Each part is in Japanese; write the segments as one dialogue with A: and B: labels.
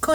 A: こ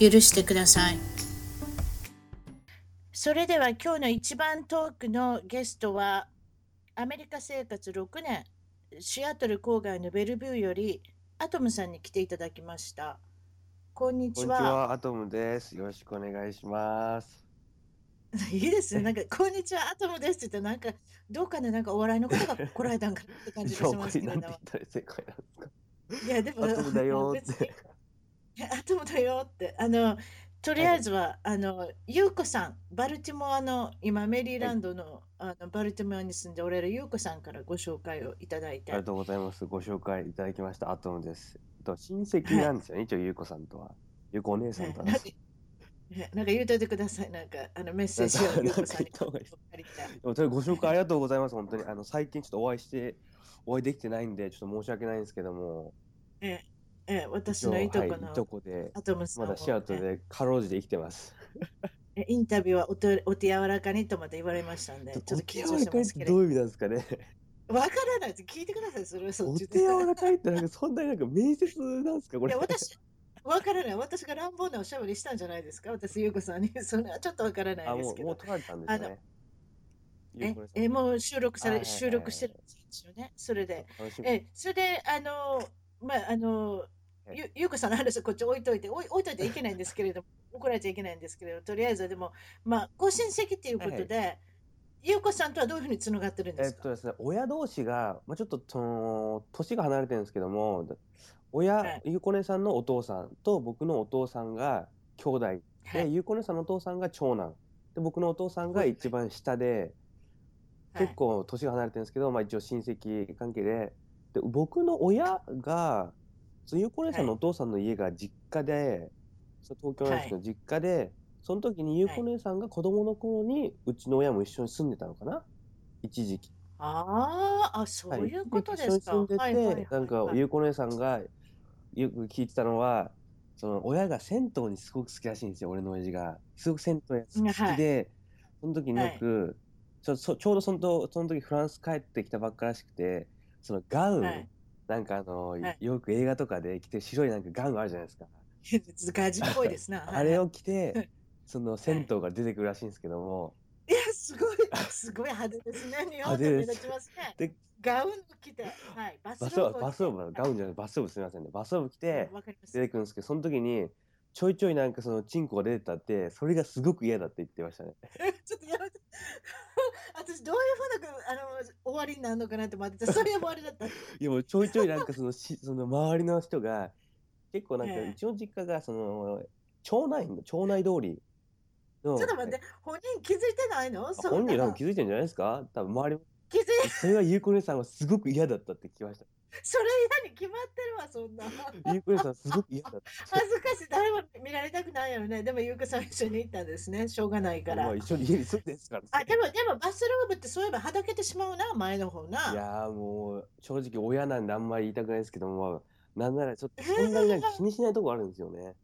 A: 許してくださいそれでは今日の一番トークのゲストはアメリカ生活6年シアトル郊外のベルビューよりアトムさんに来ていただきましたこんに
B: こ
A: ち
B: んにち
A: は
B: は、アトムです。よろしくお願いします。
A: いいですねなんか 「こんにちはアトムです」って言ったらなんかどうかねなんかお笑いのことがこらえたんかなって感じがし
B: 今
A: ま
B: こ
A: す
B: れ
A: けれ
B: な
A: ど
B: んて言ったら 正解なんですか
A: いやでも
B: アトムだよーって
A: 別にいやアトムだよってあのとりあえずは、あの優子さんバルティモアの今メリーランドの,、あのバルティモアに住んでおられる優子さんからご紹介をいただい
B: あ
A: て
B: りがとうございます。ご紹介いただきました、アトムです。えっと親戚なんですよね、一応、ゆうこさんとは。ゆうこお姉さん
A: ね
B: とは
A: なん
B: で
A: か
B: す。
A: ねなんか言うといてくださいなんかあのメッセージ
B: なんか
A: を優子さんに
B: なんか言った方がいい
A: 借りたい
B: でもとりあえずご紹介ありがとうございます、本当に。あの最近ちょっとお会いして、お会いできてないんで、ちょっと申し訳ないんですけども、
A: ええ私
B: 一応
A: の
B: はいい、
A: とこ
B: い
A: の
B: とこで、
A: アトムさん
B: ま
A: を
B: だシアトル
A: ね
B: でかろうじて生きてます。
A: えインタビューはお手お手柔らかにとまた言われましたんで、ちょっと緊張
B: お手柔
A: して
B: らかい
A: ま
B: っ
A: すけ
B: て
A: れ
B: ど
A: ど
B: う。いう意味なんですかね。
A: わからないです。聞いてください、それはそっ
B: お
A: ち
B: 手柔らかいってなんかそんなになんか面接なんですか、こ
A: い
B: れ
A: や、。私、わからない。私が乱暴なおしゃべりしたんじゃないですか私、ゆうこさんに。それはちょっとわからな
B: あ、
A: いで
B: も
A: す
B: う、
A: け
B: もう
A: ど。
B: 取られたんですね。ゆう
A: え
B: こさん
A: え、もう収録さ
B: はい
A: れ、
B: はいはい
A: 収録してるんですよね。それで。
B: 楽しみ
A: え、それで、あの、まあ、あの、
B: はい
A: ゆゆうこさんの話はこっち置いといて、置い置いといていけないんですけれども、 怒られちゃいけないんですけれども、とりあえずはでも、まあ、ご親戚っていうことで、ゆうこさんとはどういうふうにつながってるんで
B: えっ
A: すか
B: とですね、親同士が、まあ、ちょっとその年が離れてるんですけども、だ親、
A: はい
B: ゆうこねさんのお父さんと僕のお父さんが兄弟で、
A: はい
B: ゆうこねさんのお父さんが長男で僕のお父さんが一番下で、
A: はい
B: 結構年が離れてるんですけど、まあ、一応親戚関係でで僕の親がそのゆうこねさんのお父さんの家が実家で、そう東京なんですけど、実家でその時にゆうこねさんが子供の頃にうちの親も一緒に住んでたのかな一時期。
A: ああ、あ、そ
B: は
A: ういうことです
B: 一
A: か。
B: 緒に
A: はい
B: 住
A: は
B: ん
A: い
B: でて、
A: は
B: ないんか
A: は、い
B: ゆうこ姉さんがよく聞いてたのは、その親が銭湯にすごく好きらしいんですよ、俺の親父が。すごく銭湯が好きで、その時によく、ちょそちょうどそのとその時フランス帰ってきたばっからしくて、そのガウン、
A: はい
B: なんかあの、
A: い
B: よく映画とかで着てる白いなんかガウンあるじゃないですか。
A: ガジっぽいです な。はい
B: あれ
A: は
B: を着て、その銭湯が出てくるらしいんですけど も、
A: いいや、すごい、すごい派手ですね。日本
B: 派
A: で
B: 手
A: 目
B: です
A: 立ちますね。
B: で、
A: ガウンを着て、はい、バス
B: バ
A: ロ
B: スオ
A: ー
B: ブ、
A: ブ
B: バスオ
A: を
B: ブ、
A: 着て
B: ガウンじゃない、バスオブすみませんね、バスオブ着て、
A: うんわかります
B: 出てくるんですけど、その時に、ちょいちょいなんかそのチンコが出てたって、それがすごく嫌だって言ってましたね。
A: ちょっとやめて。 私、どういうふうな、あの、終わりになるのかなって待ってた。そういう終わりだ った。
B: いやもうちょいちょいなんかその し、その周りの人が、結構なんか
A: ええ
B: うちの実家がその、町内の、町内通りの、
A: ちょっと待って、本人気づいてないの
B: あ
A: そん
B: 本
A: な
B: 人なん
A: の
B: か気づいてんじゃないですか多分周りも、
A: 気づい、
B: それはゆうこ姉さんはすごく嫌だったって聞き まし
A: それ嫌に決まってるわ、そんな。
B: た。ゆうこ姉さんすごく嫌だった。
A: 恥ずかしい。誰も見られたくないやろね。でも、ゆうかさん一緒に行ったんですね。しょうがないから
B: まあ。一緒に家に住んでるんですからね、
A: あ、でも、でも、バスローブってそういえば、はだけてしまうな、前の方な。
B: いやーもう正直親なんであんまり言いたくないですけどもなんならちょっとそんなになんか気にしないとこあるんですよね。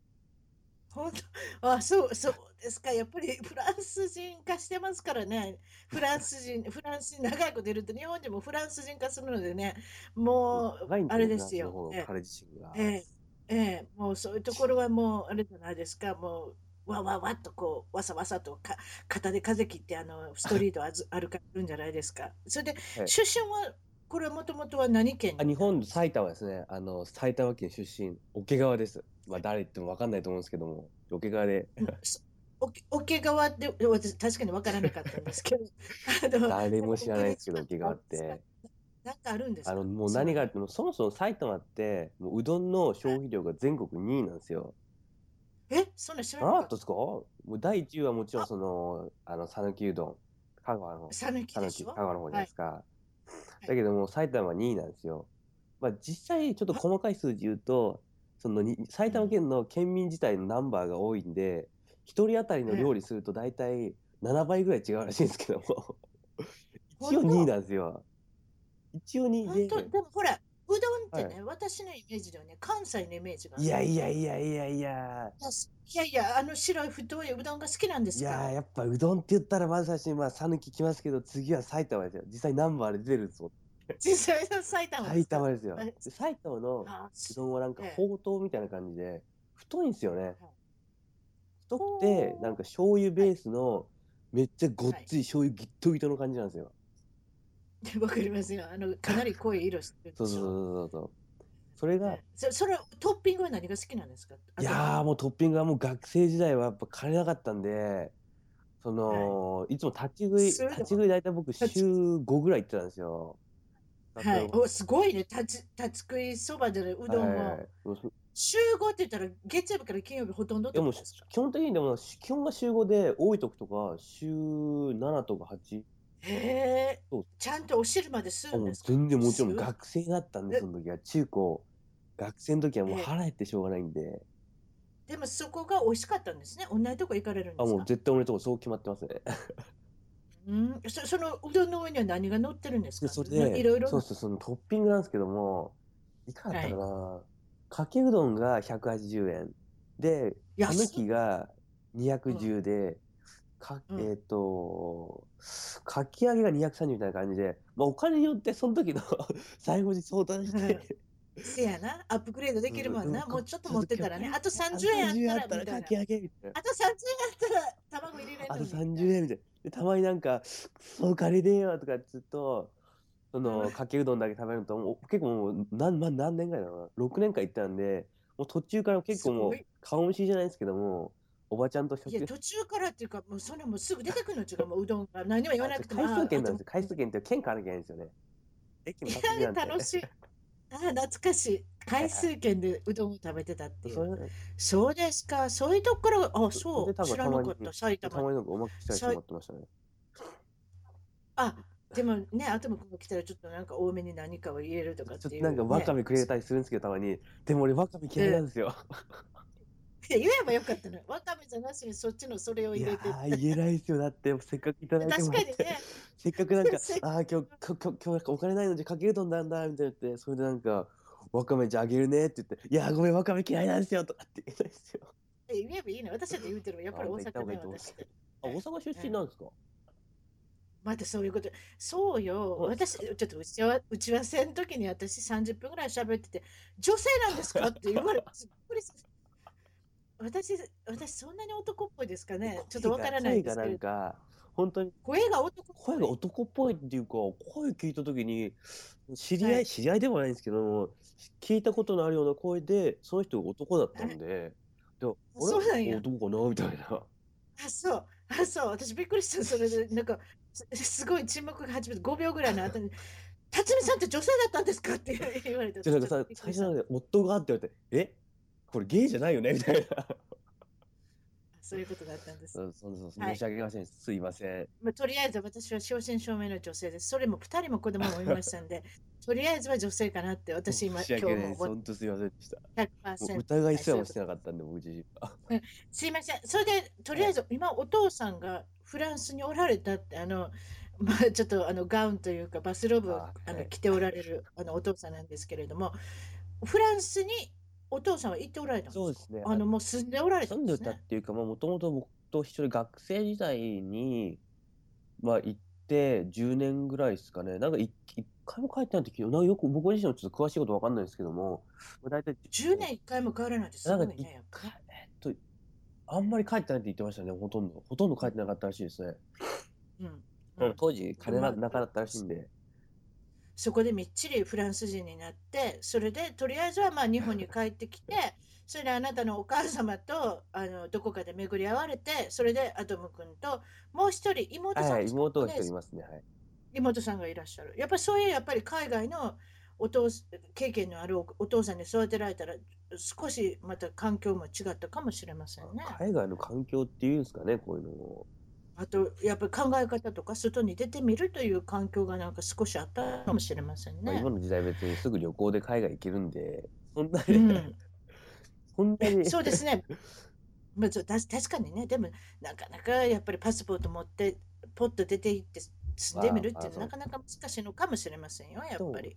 A: 本当、あ、そう、そうですか。やっぱりフランス人化してますからね。フランス人、フランスに長いこといると、日本人もフランス人化するのでね。もう、
B: 長いん
A: あれです
B: フラ
A: よ
B: ンスの方。
A: え
B: が彼自身が。
A: え、ええ、ええもうそういうところはもう、あれじゃないですか。もう、わわわっとこう、わさわさとか、片手風切って、あの、ストリートをあず歩かれるんじゃないですか。それで、
B: はい
A: 出身は、これはもともとは何県
B: あ日本埼玉ですね。あの埼玉県出身桶川です。まあ誰言っても分かんないと思うんですけども桶川で
A: そ沖沖縄で私確かに分からなかったんです けどあの
B: 誰も知らないですけど
A: 沖
B: 桶
A: 縄
B: 川
A: っ
B: ってて
A: なんかあるんですか
B: あのもう何があってもそもそも埼玉ってもううどんの消費量が全国2位なんですよ。
A: えそんな知ら
B: あ
A: なか
B: なか
A: っ
B: ったたですか？もう第1位はもちろんそのあの讃岐うどん香川の。
A: 讃岐
B: 香
A: で
B: 川
A: しょ
B: 香川の方じゃないですか。
A: い
B: だけども、埼玉は2位なんですよ。まあ、実際、ちょっと細かい数字言うと、そのに埼玉県の県民自体のナンバーが多いんで一人当たりの料理すると大体7倍ぐらい違うらしいんですけども一応2位なんですよ一応2
A: 本
B: 位
A: 当
B: で
A: でもほらうどんってね、私のイメージではね関西のイメージが
B: いやいやいやいやいや
A: いやいやあの白い太いうどんが好きなんです
B: い
A: か
B: やー
A: ら
B: やっぱうどんって言ったらまず最初にまあ讃岐来ますけど次は埼玉ですよ実際ナンバーで出てるんですもん
A: 実際の埼玉で
B: 埼
A: すか
B: 玉ですよ
A: はい
B: で埼玉の
A: あ
B: うどんはなんか
A: ええ
B: ほうとうみたいな感じで太いんですよね太く
A: ほ
B: て
A: う
B: なんか醤油ベースのめっちゃごっつい醤油ギットギトの感じなんですよ
A: でわかりますよあのかなり濃い色してるでし
B: そ
A: ょ
B: うそうそうそうそうそれが
A: ねそそれトッピングは何が好きなんですか
B: いやーもうトッピングはもう学生時代はやっぱ金なかったんでその、い、つも立ち食い
A: それでも
B: 立ち食い大体僕週
A: 立ち
B: 5ぐらい行ってたんですよ
A: はい、おすごいね立ち立ち食いそばでうどんを、
B: もうそ
A: 週5って言ったら月曜日から金曜日ほとんどって
B: で
A: こ
B: も
A: とですか
B: 基本的にでも基本が週5で多い時とか週7とか8
A: へえ
B: そう
A: ちゃんとお汁まで吸うん
B: もう
A: ですか
B: 全然もちろん
A: すごい
B: 学生だったんで
A: え
B: その時は中高学生の時はもう
A: ええ
B: 腹減ってしょうがないんで
A: でもそこが美味しかったんですね同じとこ行かれるん
B: あ
A: です
B: も
A: か
B: う絶対俺のとこそう決まってますね
A: うんそそのうどんの上には何が乗ってるんです
B: で
A: か
B: それ
A: な
B: で
A: いろいろ
B: そうそうそのトッピングなんですけどもいかだったかな、かけうどんが180円でた
A: 安い
B: ぬきが210で、か
A: うん
B: えっ、とかき揚げが230みたいな感じで、まあ、お金によってその時の 財布に相談し
A: うん
B: て
A: せやなアップグレードできるもんな、
B: うん
A: もうちょっと持ってたらねあと30
B: 30
A: 円
B: 円
A: あ
B: あ
A: っ
B: ったた
A: ら
B: ら
A: みた
B: か
A: いな
B: き揚げみたいな
A: あと30円あったら卵入れない
B: あ
A: の
B: と
A: にみたい
B: 30
A: な
B: 円みたいなでたまになんか「くそうかりねえよ」とかっつうとそのかけうどんだけ食べるともう結構もう何,、まあ、何年ぐらいだろうな6年間行ったんでもう途中から結構も
A: すご
B: う
A: い
B: 顔見知りじゃないですけどもおばちゃんと食
A: いや
B: 事
A: 途中からっていうかもうそれもうすぐ出てくるの違うもううどんが何も言わなくても
B: 回数券なんです
A: あ
B: よ回数券って県からなきゃいけないんですよね駅の
A: い
B: バス
A: やいや
B: なんて
A: 楽しいああ懐かしい回数券でうどんを食べてたってい
B: そうれ
A: そうですかそういうとこからあそ
B: で
A: う
B: 多分
A: 知らなかった
B: まに
A: 埼
B: たま
A: 玉
B: になんかおまけしたりしてもらってましたね
A: あでもね頭くんが来たらちょっとなんか多めに何かを入れるとかっ
B: ち
A: て
B: ょっと
A: いう、
B: なんかわか
A: ね
B: めくれたりするんですけどたまにでも俺わかめ嫌いなんですよ
A: いや言えばよかったのわかめじゃなしにそっちのそれを
B: い
A: 入
B: や
A: れて
B: ー言えないですよだってせっかくいただいて
A: 確
B: も
A: から
B: っ
A: に
B: て
A: ね
B: せっかくなんか
A: せっ、
B: ああ、今日、今日、今日なんかお金ないのでかけうどんなんだ、みたいな言って、それでなんか、わかめじゃあげるねって言って、いやー、ごめん、わかめ嫌いなんですよ、とかって言えないですよ。
A: 言えばいいの私だって言うてるわやっぱり大阪だよ私って
B: あ、大阪出身なんですか
A: またそういうこと。そうよ。
B: そうで
A: 私、ちょっと打ち合わ打ち合わせの時に私30分ぐらい喋ってて、女性なんですかって言われすっくりする私、私そんなに男っぽいですかねちょっとわからないんですけど、
B: 声がなんか、本当に
A: 声が男っぽい。
B: 声が男っぽいっていうか、声聞いたときに、知り合い、
A: はい
B: 知り合いでもないんですけども、聞いたことのあるような声で、その人が男だったんで、で、
A: そうなんや
B: 俺男かなみたいな。
A: あ、そう。あ、そう。私びっくりした。それで、なんか、す すごい沈黙が始まって5秒ぐらいの後に、辰巳さんって女性だったんですかって 言われて。
B: で、なんかさ、
A: ちょっとびっく
B: 最
A: りし
B: 初
A: た
B: なんで、夫がって言われて、えこれゲイじゃないよねみたいな。
A: そういうことだったんです
B: そ。うそうそう、
A: はい
B: 申し訳ません。すいません。
A: まあ、とりあえず私は正真正銘の女性です。それも2人も子供もいましたんで、とりあえずは女性かなって私今、
B: 申
A: 今日
B: し訳ないで
A: も
B: す。本当すいませんでした。もう
A: 100%。
B: 疑いすらもしてなかったんで、僕自身。
A: すいません。それで、とりあえず今お父さんがフランスにおられたって、あの、まあ、ちょっとあのガウンというかバスローブを
B: あ
A: あ
B: は
A: の
B: い
A: 着ておられるあのお父さんなんですけれども、フランスにお父さんは行っておられたんですか
B: そうですね。
A: あの、もう住んでおられた
B: 住
A: ん
B: ん
A: で
B: ですたっ
A: ね。
B: ていうか、まあ、もともと僕と一緒に学生時代に、まあ、行って10年ぐらいですかね。なんか一一回も帰ってないって聞いて、なんかよく僕自身もちょっと詳しいことわかんないんですけども、まあ、大体
A: 10年1回も帰らないってすごい
B: なんか
A: ね、やっぱり。
B: えっと、あんまり帰ってないって言ってましたね、ほとんど。ほとんど帰ってなかったらしいですね。
A: うん
B: うん当時、金がなかったらしいんで。
A: そこでみっちりフランス人になってそれでとりあえずはまあ日本に帰ってきてそれであなたのお母様とあのどこかで巡り合われてそれでアトム君ともう一人妹さん
B: はい、
A: ですか
B: 妹が一
A: お姉
B: 人い
A: さん
B: ますね。はい。
A: 妹さんがいらっしゃるやっぱりそういうやっぱり海外のお父す経験のあるおお父さんに育てられたら少しまた環境も違ったかもしれませんね。
B: 海外の環境っていうんですかね、こういうのも。
A: あとやっぱり考え方とか外に出てみるという環境がなんか少しあったかもしれません
B: まあ、
A: ね
B: 今。の時代別にすぐ旅行で海外行けるんで、そんな
A: う
B: に、
A: ん
B: こんなに
A: そうです ね。まあ、そうた確かにね、でも、なかなかやっぱりパスポート持って、ポッと出て行って住んでみるっていうの
B: まあ
A: はなかなか難しいのかもしれませんよ、やっぱり。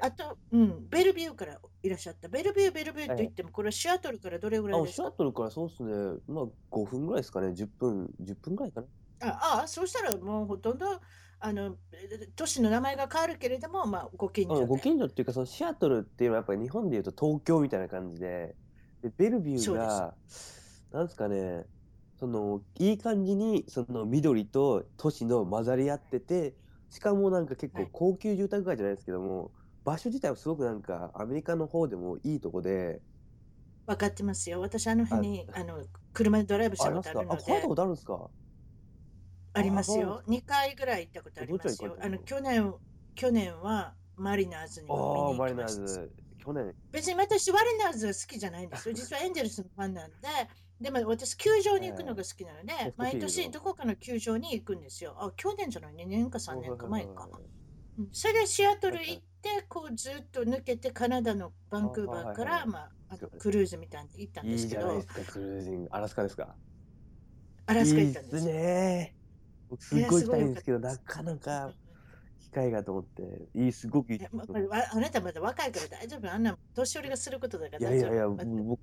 B: そう
A: あと、うん、ベルビューからいらっしゃった。ベルビュー、ベルビューと
B: ええ
A: 言っても、これはシアトルからどれぐらい
B: あ、
A: です
B: シア
A: か
B: トルからそうですね。まあ、5分ぐらいですかね。10分、10分ぐらいかな。
A: ああ、そうしたらもうほとんど、あの、都市の名前が変わるけれども、まあ、ご近
B: う
A: 所
B: ん、ご
A: で。
B: 近所っていうか、そのシアトルっていうのはやっぱり日本でいうと東京みたいな感じで、で、ベルビューが、なんですかね、その、いい感じに、その緑と都市の混ざり合ってて、しかもなんか結
A: は
B: 構
A: い
B: 高級住宅街じゃないですけども、場所自体はすごくなんかアメリカの方でもいいとこで、
A: 分かってますよ。私、あの辺に、あの、車でドライブし
B: あ
A: た
B: り
A: こ
B: ま
A: と
B: す
A: あるの
B: かあ、来られ
A: で
B: た。ことあるんですか
A: あります
B: あそうなん
A: よ。
B: です
A: 2回ぐらい行ったことあ
B: え
A: り
B: ど
A: ま
B: ちら
A: す
B: 行かれ
A: よ。
B: た
A: あ
B: ん
A: の
B: ですか
A: 去年、去年はマリナーズにも見
B: ああ、
A: に行き
B: マリナ
A: ま
B: ー
A: したし。
B: ズ、去年。
A: 別に私、マリナーズが好きじゃないんです よ。実はエンゼルスのファンなんで、でも私、球場に行くのが好きなので、
B: ええ
A: 毎
B: ホストフィー
A: 年
B: ルド
A: どこかの球場に行くんですよ。あ、去年じゃない、2年か3年か前か。
B: はいはいはいはい
A: うんそれでシアトル
B: はいはい
A: 行って、こうずっと抜けてカナダのバンクーバーか
B: あはい
A: ら、
B: はい
A: まあ、あのクルーズみたいに行ったん
B: い
A: で
B: い
A: す
B: じ
A: け
B: ゃないで
A: ど
B: す、か、クルージング。アラスカですか。
A: アラスカ行ったんで
B: いい
A: すよ。
B: っすね僕す
A: い
B: っ
A: や
B: ごい
A: す
B: 行き
A: ご
B: た
A: い
B: い
A: 良かっ
B: んです
A: た
B: けど、
A: で
B: な
A: す
B: かな
A: う
B: か
A: ん
B: 機会がと思って、いい、すごくいい
A: いや、
B: と
A: まあ、こ
B: 思
A: れ
B: う
A: わあなたまだ若いから大丈夫。あんな年寄りがすることだから
B: いや
A: 大
B: い
A: 丈
B: やいや、
A: 夫。
B: も
A: まあ
B: う僕、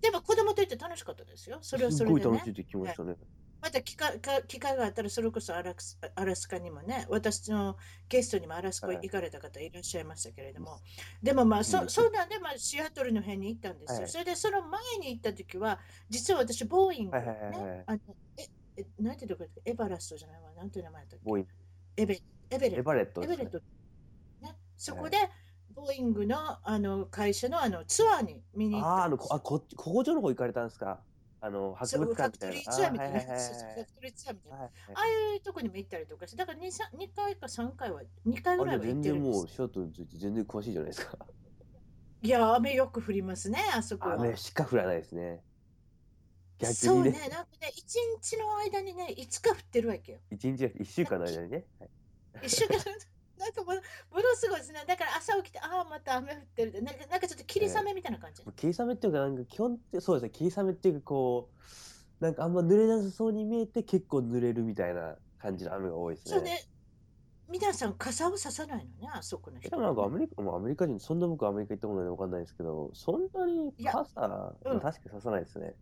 A: でも子供といって楽しかったですよ。それは
B: す
A: そ
B: っ
A: れ
B: ごい
A: で
B: 楽
A: ね
B: しい。って聞きましたね。
A: また機会か機会があったらそれこそアラクスアラスカにもね、私のゲストにもアラスカ
B: はい
A: 行かれた方いらっしゃいましたけれども、でもまあ
B: いい
A: そ、
B: です
A: そうなんで、まあ、シアトルの辺に行ったんです
B: は
A: よ。
B: い
A: それでその前に行った時は、実は私、ボーイング、
B: はい
A: ね
B: はいはいはい、
A: あのええなんていうとこだっけエバラストじゃないわ、なんていう名前だったっ
B: ボーイン
A: けエベエベレット
B: エバレット
A: エベ
B: です
A: レッ
B: ね。
A: ト、ね、そこで、ボーイングのあの会社のあのツアーに見に行っ
B: あ
A: た
B: あ、あ
A: ん
B: の、
A: です
B: こあ、
A: よ。
B: こっち、工場の方行かれたんですかあの、
A: そ
B: 博
A: う
B: 物
A: ファ
B: 館
A: ク
B: み
A: トリ
B: たいな。
A: ー
B: あ
A: ツアー
B: ー
A: み
B: は
A: た
B: い
A: い
B: は
A: な、
B: いはいはい
A: そうそうファクトリーツアーみたいな、
B: はい
A: あ
B: は
A: あいうとこにも行ったりとかして、だから 2, さん二回か3回は、2回ぐ
B: い。
A: ら
B: あ
A: い
B: れ、
A: は行っ
B: 全
A: てるんで
B: 然もう、
A: す。
B: シアトルについて全然詳しいじゃないですか。
A: いや、雨よく降りますね、あそこは。
B: 雨しか降らないですね。逆
A: そ
B: に
A: うね、
B: ね、
A: なんかね、1日の間にね、5日降ってるわけよ。
B: 一日、一週間の間にね。はい
A: 一週間 なんかものものすごいですね。だから朝起きて、ああ、また雨降ってる。なんかなんかちょっと霧雨みたいな感じ。
B: 霧雨っていうか、なんか基本って、そうですね、霧雨っていうか、こう、なんかあんま濡れなさそうに見えて、結構濡れるみたいな感じの雨が多いです
A: そう
B: ね。
A: ね、皆さん傘をささないのね、あそこの
B: し
A: 人
B: かも
A: はね
B: なんかアメリカ、まあアメリカ人、そんな僕アメリカ行ったことないんでわかんないですけど、そんなに
A: いや
B: 傘、
A: うん
B: 確かにささないですね。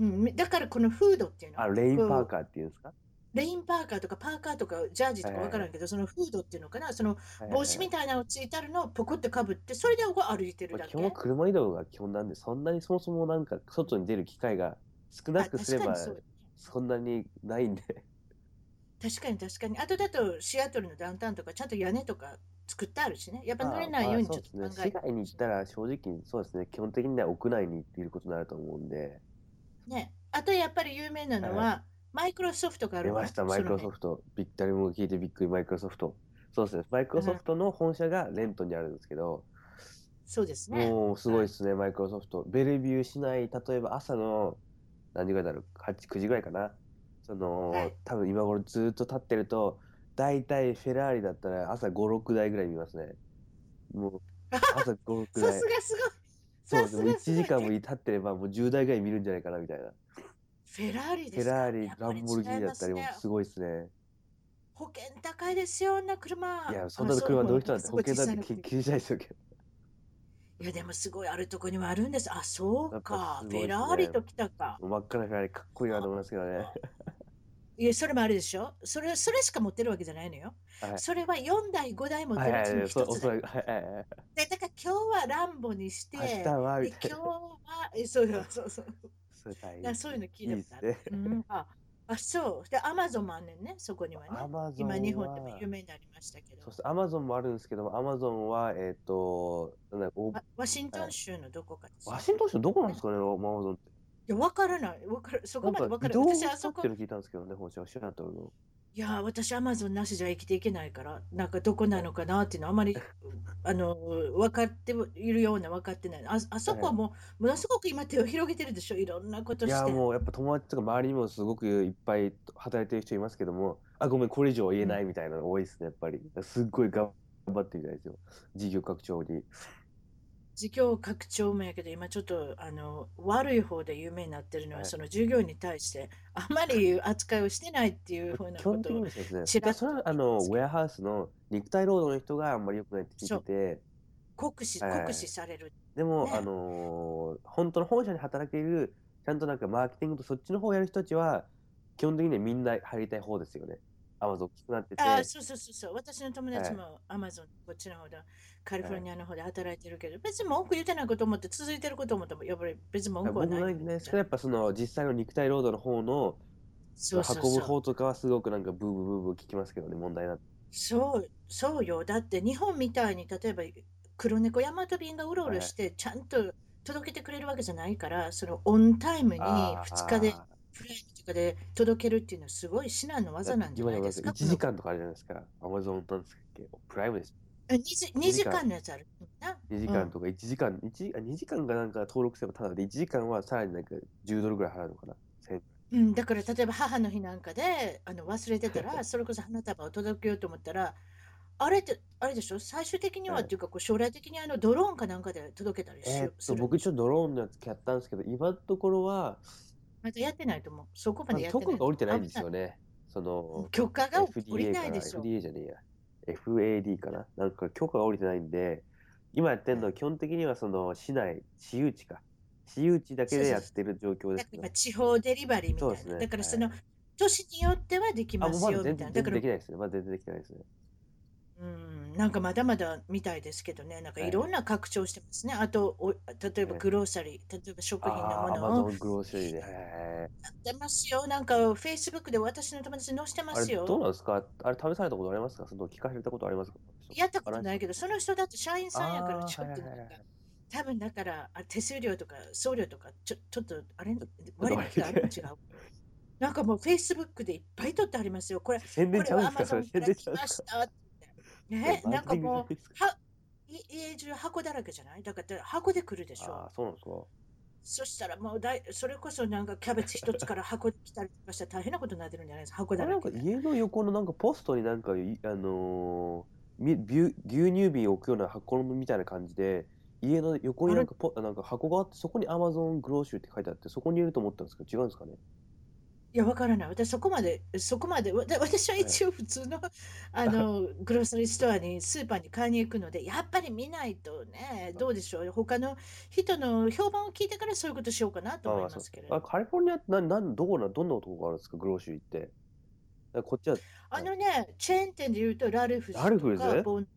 A: うん、だからこのフードっていうの
B: あ、レイン
A: こう
B: パーカーっていうんですか
A: レインパーカーとかパーカーとかジャージとかわからんけど、そのフードっていうのかな、その帽子み
B: た
A: たいなのついてあるのをポコってかぶって、それでこう歩いてるだ
B: 基
A: け。
B: 本は車移動が基本なんで、そんなにそもそもなんか外に出る機会が少な
A: あ
B: く
A: 確
B: すれ
A: か
B: ば、
A: にそう。
B: そんなにないんで。
A: 確かに確かに。あとだとシアトルのダウンタウンとか、ちゃんと屋根とか作ってあるしね。やっぱ濡れ
B: あ
A: ないよ
B: ま
A: う
B: あ
A: に
B: そ
A: ちょっ
B: うで
A: と
B: す
A: 考
B: ね。
A: え
B: 市
A: て
B: 外に行ったら正直、そうですね、基本的には屋内にっていることになると思うんで。
A: ね、あとやっぱり有名なの
B: は
A: は、マイクロソフトがあ
B: 出
A: るわ
B: ました、マイクロソフト。びったりも聞いてびっくり、マイクロソフト。そうですね、マイクロソフトの本社がレントンにあるんですけど、
A: その辺そうですね。
B: もうすごいですね、マイクロソフト。ベルビュー市内、例えば朝の何時ぐらいだろう、8、9時ぐらいかな。そ
A: は
B: の
A: い、
B: 多分今頃ずっと立ってると、大体フェラーリだったら朝5、6台ぐらい見ますね。も う朝5、6
A: さ
B: 台
A: す。がすごい。
B: そう
A: さ
B: です
A: す
B: ね、
A: がすご
B: もう1時
A: い。
B: 間も立ってればもう10台ぐらい見るんじゃないかなみたいな。
A: フェラーリ
B: フ
A: で
B: ェ
A: すか。
B: ラーリ
A: や、っ
B: ラ
A: ぱり
B: ンボルギー
A: 違い
B: ニだ
A: ま
B: った
A: す
B: りも
A: ね。
B: すごいですね。
A: 保険高いですよ、あんな車。
B: いや、そん
A: あ
B: な車乗る人なんて
A: そ
B: 保
A: う
B: 険
A: すごい小
B: だ
A: さ
B: って
A: な
B: 気
A: 車
B: 気にしない ですよ。
A: いや、でもすごいあるとこにはあるんです。あ、そう
B: やっぱ
A: か。
B: す
A: フ
B: ごい
A: ェ
B: です
A: ラ
B: ね
A: ーリときたか。
B: 真っ赤なフェラーリかっこいいなと思いますけどね。はい
A: や、それもあるでしょ。それ、それしか持ってるわけじゃないのよ。
B: い。
A: それは4台、5台持っ
B: は
A: て
B: い
A: るう
B: は
A: ち
B: いは
A: の
B: い、そう
A: 一
B: お
A: つ
B: そ
A: だ。
B: らく、はいはいはい。
A: でだから今日はランボにして、
B: 明
A: で
B: 日は、み
A: 今
B: た
A: 日
B: いな。
A: は、えそうそうそうそう。
B: そう大
A: な
B: 変
A: そういうの聞い
B: いい
A: た
B: で
A: こと
B: す
A: ある。
B: ね。
A: うん、ああ、そう。で、アマゾンもあんねんね、そこにはね。
B: ア マゾン
A: 今、
B: は、
A: 日本でも有名になりましたけど
B: そうです。アマゾンもあるんですけども、アマゾンは、えっ、と、なんだお
A: あワシントン州のどこかですよ
B: ワシントン州どこなんですかね、アマゾンって。
A: いや、わからない。わからそ
B: な
A: こ
B: ん
A: までわ
B: か
A: か
B: 移
A: らない。
B: 動が
A: 私、あ
B: 立
A: そ
B: っ
A: こ
B: て、る聞いたんですけどね、本社はシアトルの。
A: いやー、私、アマゾンなしじゃ生きていけないから、なんかどこなのかなっていうのはあま り、あの、分かっているような、分かってない。あ、あそこはもう、ものすごく今手を広げてるでしょ。いろんなこと
B: い
A: し
B: や
A: て。
B: もうやっぱ友達とか周りにもすごくいっぱい働いてる人いますけどもあごめんこれ以上言えないみたいなの多いですねやっぱりすっごい頑張ってるみたいですよ事業拡張に
A: 事業拡張もやけど、今ちょっとあの悪い方で有名になってるのは、
B: はい
A: その従業員に対してあまりいう扱いをしてないっていうふうな
B: 基
A: こ
B: 本
A: と
B: 的
A: を
B: に。はそうです
A: ち
B: ね。
A: らっと
B: でそれはあのウェアハウスの肉体労働の人があんまり良くないって聞いてて、
A: 酷使、
B: はいはい
A: 酷使される。
B: でも、
A: ね
B: あのー本当の本社に働ける、ちゃんとなんかマーケティングとそっちの方をやる人たちは、基本的にはみんな入りたい方ですよね。アマゾン大きくなってて、
A: ああ、そうそうそうそう。私の友達もアマゾン、こっちの方だ、カリフォルニアの方で働いてるけど、別に文句言ってないこと思って、続いてること思っても、やっぱり別に文句は
B: 僕
A: ない。
B: の意見ですけど、やっぱその実際の肉体労働の方の
A: そうそう
B: 運ぶ
A: そう。
B: 方とかはすごくなんかブーブーブーブー聞きますけどね、問題なって。
A: そう、そうよ。だって日本みたいに、例えば黒猫ヤマト便がうろうろして、ちゃんと届けてくれるわけじゃないから、そのオンタイムに
B: あ
A: 2日で
B: あ、
A: フライトとかで届けるっていうのはすごい至難の技なんじゃないですか。
B: 1時間とかあるじゃないですか。アマゾンなんですっけプライムです。
A: あ2時、2時間のやつあるな。
B: 2時
A: うん
B: 間とか1時間、一あ2時間がなんか登録すればただで、1時間はさらになんか10ドルぐらい払うのかな。1000
A: うん、だから例えば母の日なんかであの忘れてたらそれこそ花束を届けようと思ったらあれってあれでしょ最終的には
B: はい
A: っていうかこう将来的にあのドローンかなんかで届けたりし
B: えーっ
A: す
B: と、
A: る
B: 僕ちょっとドローンのやつやったんですけど、今のところは、
A: まだやってないと思うそこま
B: ま
A: で
B: だ
A: やって
B: 許
A: ない
B: 可が下りてないんです
A: 危
B: よね。その、
A: 許可が下り
B: FDA
A: な
B: か
A: い
B: ら、
A: でしょ
B: FDA じゃねえや。FAD かななんか許可が下りてないんで、今やってるのは基本的にはその市内、私有地か。私有地だけでやってる状況で
A: だ
B: す
A: から今
B: ね。
A: 地方デリバリーみたい
B: そう
A: な
B: ですね
A: だから
B: はい
A: その都市によってはでき
B: あ、
A: ま
B: もう
A: す
B: まだ
A: よみ
B: 全
A: たいな
B: 然全
A: だ
B: 然
A: から
B: できないですね。まだ全然できてないですね。
A: うん、なんかまだまだみたいですけどね、なんかいろんな拡張してますね。あと、お、例えば
B: はい
A: グローサリー、例えば食品のも
B: ああ、ア
A: の
B: マ
A: を
B: ゾングローシェリーで。はいはいはい
A: やってますよ。なんか Facebook で私の友達に載せてま
B: あれ
A: す
B: どう
A: よ。
B: なんですかあれ試されたことありますかその聞かされたことありますか
A: やったことないいけど、その人だって社員さんやから、
B: あー
A: ちょっとなん
B: はいはい
A: か
B: はい、
A: 多分だから、あ手数料とか送料とか、ちょ、ちょっとあれ、
B: ょっと
A: 割引があるの違う。なんかもう Facebook でいっぱい取ってありますよ。これ、こ
B: 宣伝
A: れ
B: ちゃうん
A: は
B: ですかそれ
A: Amazon か
B: 宣
A: ら
B: 伝
A: 来
B: ちゃうんで
A: ますし
B: か
A: た。ね、なんかもう、
B: う。
A: は、い家中箱だらけじゃないだから箱で来るでし
B: あ
A: ょ。
B: あ、そうなんですか
A: そしたらもうだい、それこそなんかキャベツ一つから箱で来たりとかしたら大変なことになってるんじゃないですか。箱
B: あ
A: だ
B: れな
A: ら
B: んか
A: けで。
B: 家の横のなんかポストになんかい、あのーみ牛牛乳瓶を置くような箱みたいな感じで、家の横になんかポ、なんか箱があって、そこに Amazon グローシュって書いてあって、そこにいると思ったんですけど、違うんですかね
A: いや、わからない。私そこまで、そこまで、わた私は一応普通の、あ の、グロッサリーストアに、スーパーに買いに行くので、やっぱり見ないとね、どうでしょう。他の人の評判を聞いてからそういうことしようかなと思い
B: ああ、
A: ま
B: そう
A: すけれど
B: あ、カリフォルニアって何、何、どこな、どんなとこがあるんですかグローシュって。だからこっちは
A: あのね、チェーン店で言うと、ラルフ
B: ラルフ
A: と
B: ルズ
A: か、ボン、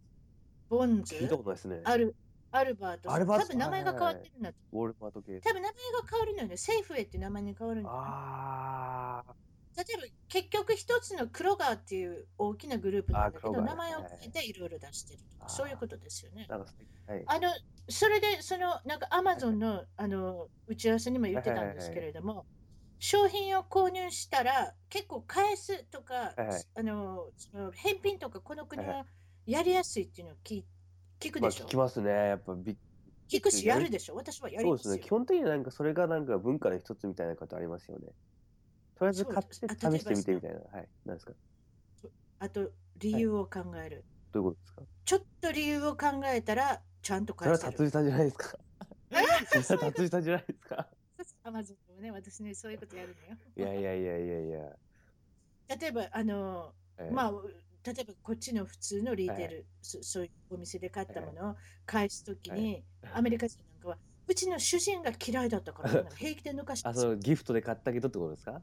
A: ボンズ
B: 聞いたことないですね。
A: アル、アルバート、
B: アルバート
A: 多分名前が変わってるんだと
B: ウォルマート系。
A: 多分名前が変わるのよね。セーフウェイって名前に変わるのよね。
B: ああ、
A: 例えば結局一つのクロガーっていう大きなグループなんだけ
B: あー
A: ど、
B: クロガ
A: 名
B: ー
A: 前を変えていろいろ出してるとか、
B: あー
A: そういうことですよね。
B: なんか、はい。
A: あの、それで、その、なんかアマゾンの、あの、打ち合わせにも言ってたんですけれども、商品を購入したら、結構返すとか
B: はいはい、
A: あの、その返品とか、この国
B: はい
A: はやりやすいっていうのを聞い聞く
B: ま
A: で
B: あ、
A: し
B: 聞
A: ょ
B: き。ますね。やっぱびっ、
A: 聞くし、やる
B: で
A: でしょ。私はやり
B: そう
A: ま
B: です
A: す
B: ね。
A: よ
B: 基。本的になんか、それがなんか文化の一つみたいなことありますよね。とりあえず買って
A: そうですあ例えば
B: 試してみてみたいな。はい。なんですか
A: あと、理由を考える。
B: どういうことですか
A: ちょっと理由を考えたら、ちゃんと
B: それ
A: 返
B: は
A: せ
B: 達
A: る。
B: 人さんじゃないですか それは達人さんじゃないですか
A: アマゾンもね、私ね、そういうことやるのよ。
B: いやいやいやいやいや。
A: 例えば、あの、
B: ええ
A: まあ、例えばこっちの普通のリーテール、そそういうお店で買ったものを返すときに、アメリカ人なんかは、うちの主人が嫌いだったから、 なんか平気で抜かして
B: あ、そのギフトで買ったけどってことですか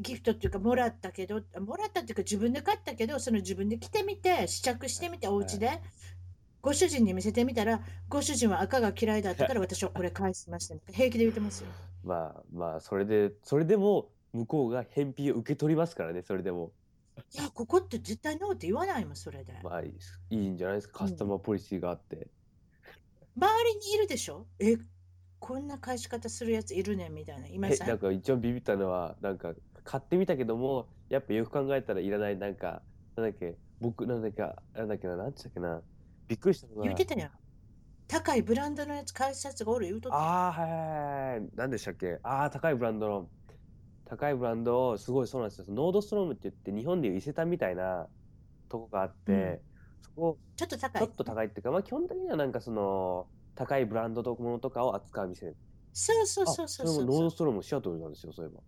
A: ギフトっていうか、もらったけど、もらったっていうか、自分で買ったけど、その自分で着てみて、試着してみて、お家で、ご主人に見せてみたら、ご主人は赤が嫌いだ ったから、私はこれ返しました、ね。平気で言ってますよ。
B: まあまあ、それで、それでも、向こうが返品を受け取りますからね、それでも。
A: いや、ここって絶対ノーって言わないもん、それで。
B: まあ、いいですいいんじゃないですか。カスタマーポリシーがあって。
A: 周りにいるでしょえ、こんな返し方するやついるねんみたいな。今
B: え
A: さ
B: なんか一応ビビったのはなんか買ってみたけどもやっぱよく考えたらいらないなんかなんだっけ僕なんだっけあなんだっけななんつったっけなびっくりしたのが
A: 言ってたやん。高いブランドのやつ返すやつがおる言うとった
B: ああはいはいはいはいなんでしたっけああ高いブランドの高いブランドをすごいそうなんですよノードストロームって言って日本でいう伊勢丹みたいなとこがあって、
A: うん
B: そこ
A: ちょっと高
B: ちょ
A: い
B: っ。と高いっていうか、まあ基本的にはなんかその高いブランドのものとかを扱う店
A: そうそう
B: あ
A: そうそう
B: れ
A: そう
B: もノ
A: そ
B: ー
A: う
B: ドストロムシアトルなんですよそういえば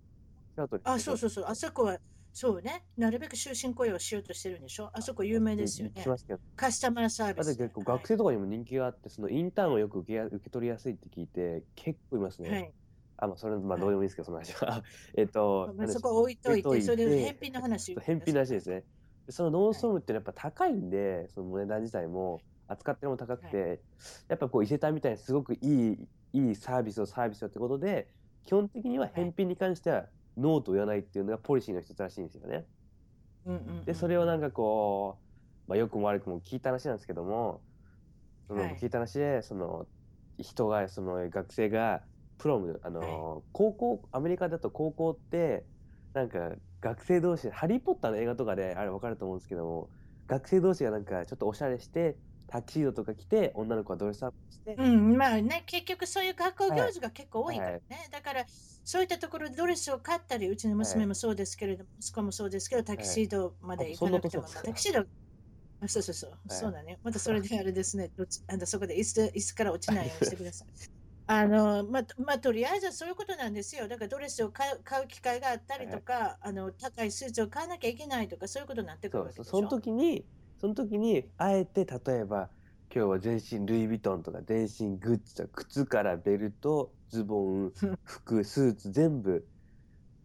B: シアトル
A: あそうそうそうあそこはそうねなるべく終身雇用をしようとしてるんでしょあそこ有名ですよね
B: しましたよ
A: カスタマーサー
B: だ
A: ビ
B: っ
A: ス
B: て結構学生とかにも人気があって、そのインターンをよく受けや受け取りやすいって聞いて、結構いますね。
A: はい、はい
B: あ、まあ、それ、ま
A: は
B: あ、
A: い
B: どうでもいいですけど、その話は。 えっと、
A: ま
B: 何
A: あ、
B: でし
A: そ
B: ょう
A: こは置いといて
B: 置いといて
A: それで返品の話を
B: 返品なしですね。でそのノーストームってやっぱ高いんで、その値段自体も、扱ってるのも高くて、やっぱこう、伊勢丹みたいにすごくいい、いいサービスをサービスをってことで、基本的には返品に関しては、ノーと言わないっていうのがポリシーの一つらしいんですよね。
A: うんうんうん
B: でそれをなんかこう、まあ、良くも悪くも聞いた話なんですけども、その
A: はい
B: 聞いた話でその人がその学生がプロムあの、高校アメリカだと高校ってなんか学生同士で「ハリー・ポッター」の映画とかであれ分かると思うんですけども学生同士がなんかちょっとおしゃれしてタキシードとか着て女の子はドレスアップして、
A: うん、まあね、結局そういう学校行事が結構多いからね、だからそういったところでドレスを買ったり、うちの娘もそうですけれども、息子もそうですけど、タキシードまで行かなくても、
B: あそんなことなんですか
A: タキシード、あそうそうそう、
B: い
A: そうだね、またそれであれですね、どっちあのそこで椅子で椅子から落ちないようにしてくださ い。あのまあ、とまあ、とりあえずはそういうことなんですよ。だからドレスを買う買う機会があったりとか、あの高いスーツを買わなきゃいけないとか、そういうことになってく
B: そ
A: る
B: う
A: わ
B: で
A: けですしょ
B: その時にその時にあえて例えば今日は全身ルイ・ヴィトンとか全身グッチとか靴からベルトズボ ン服スーツ全部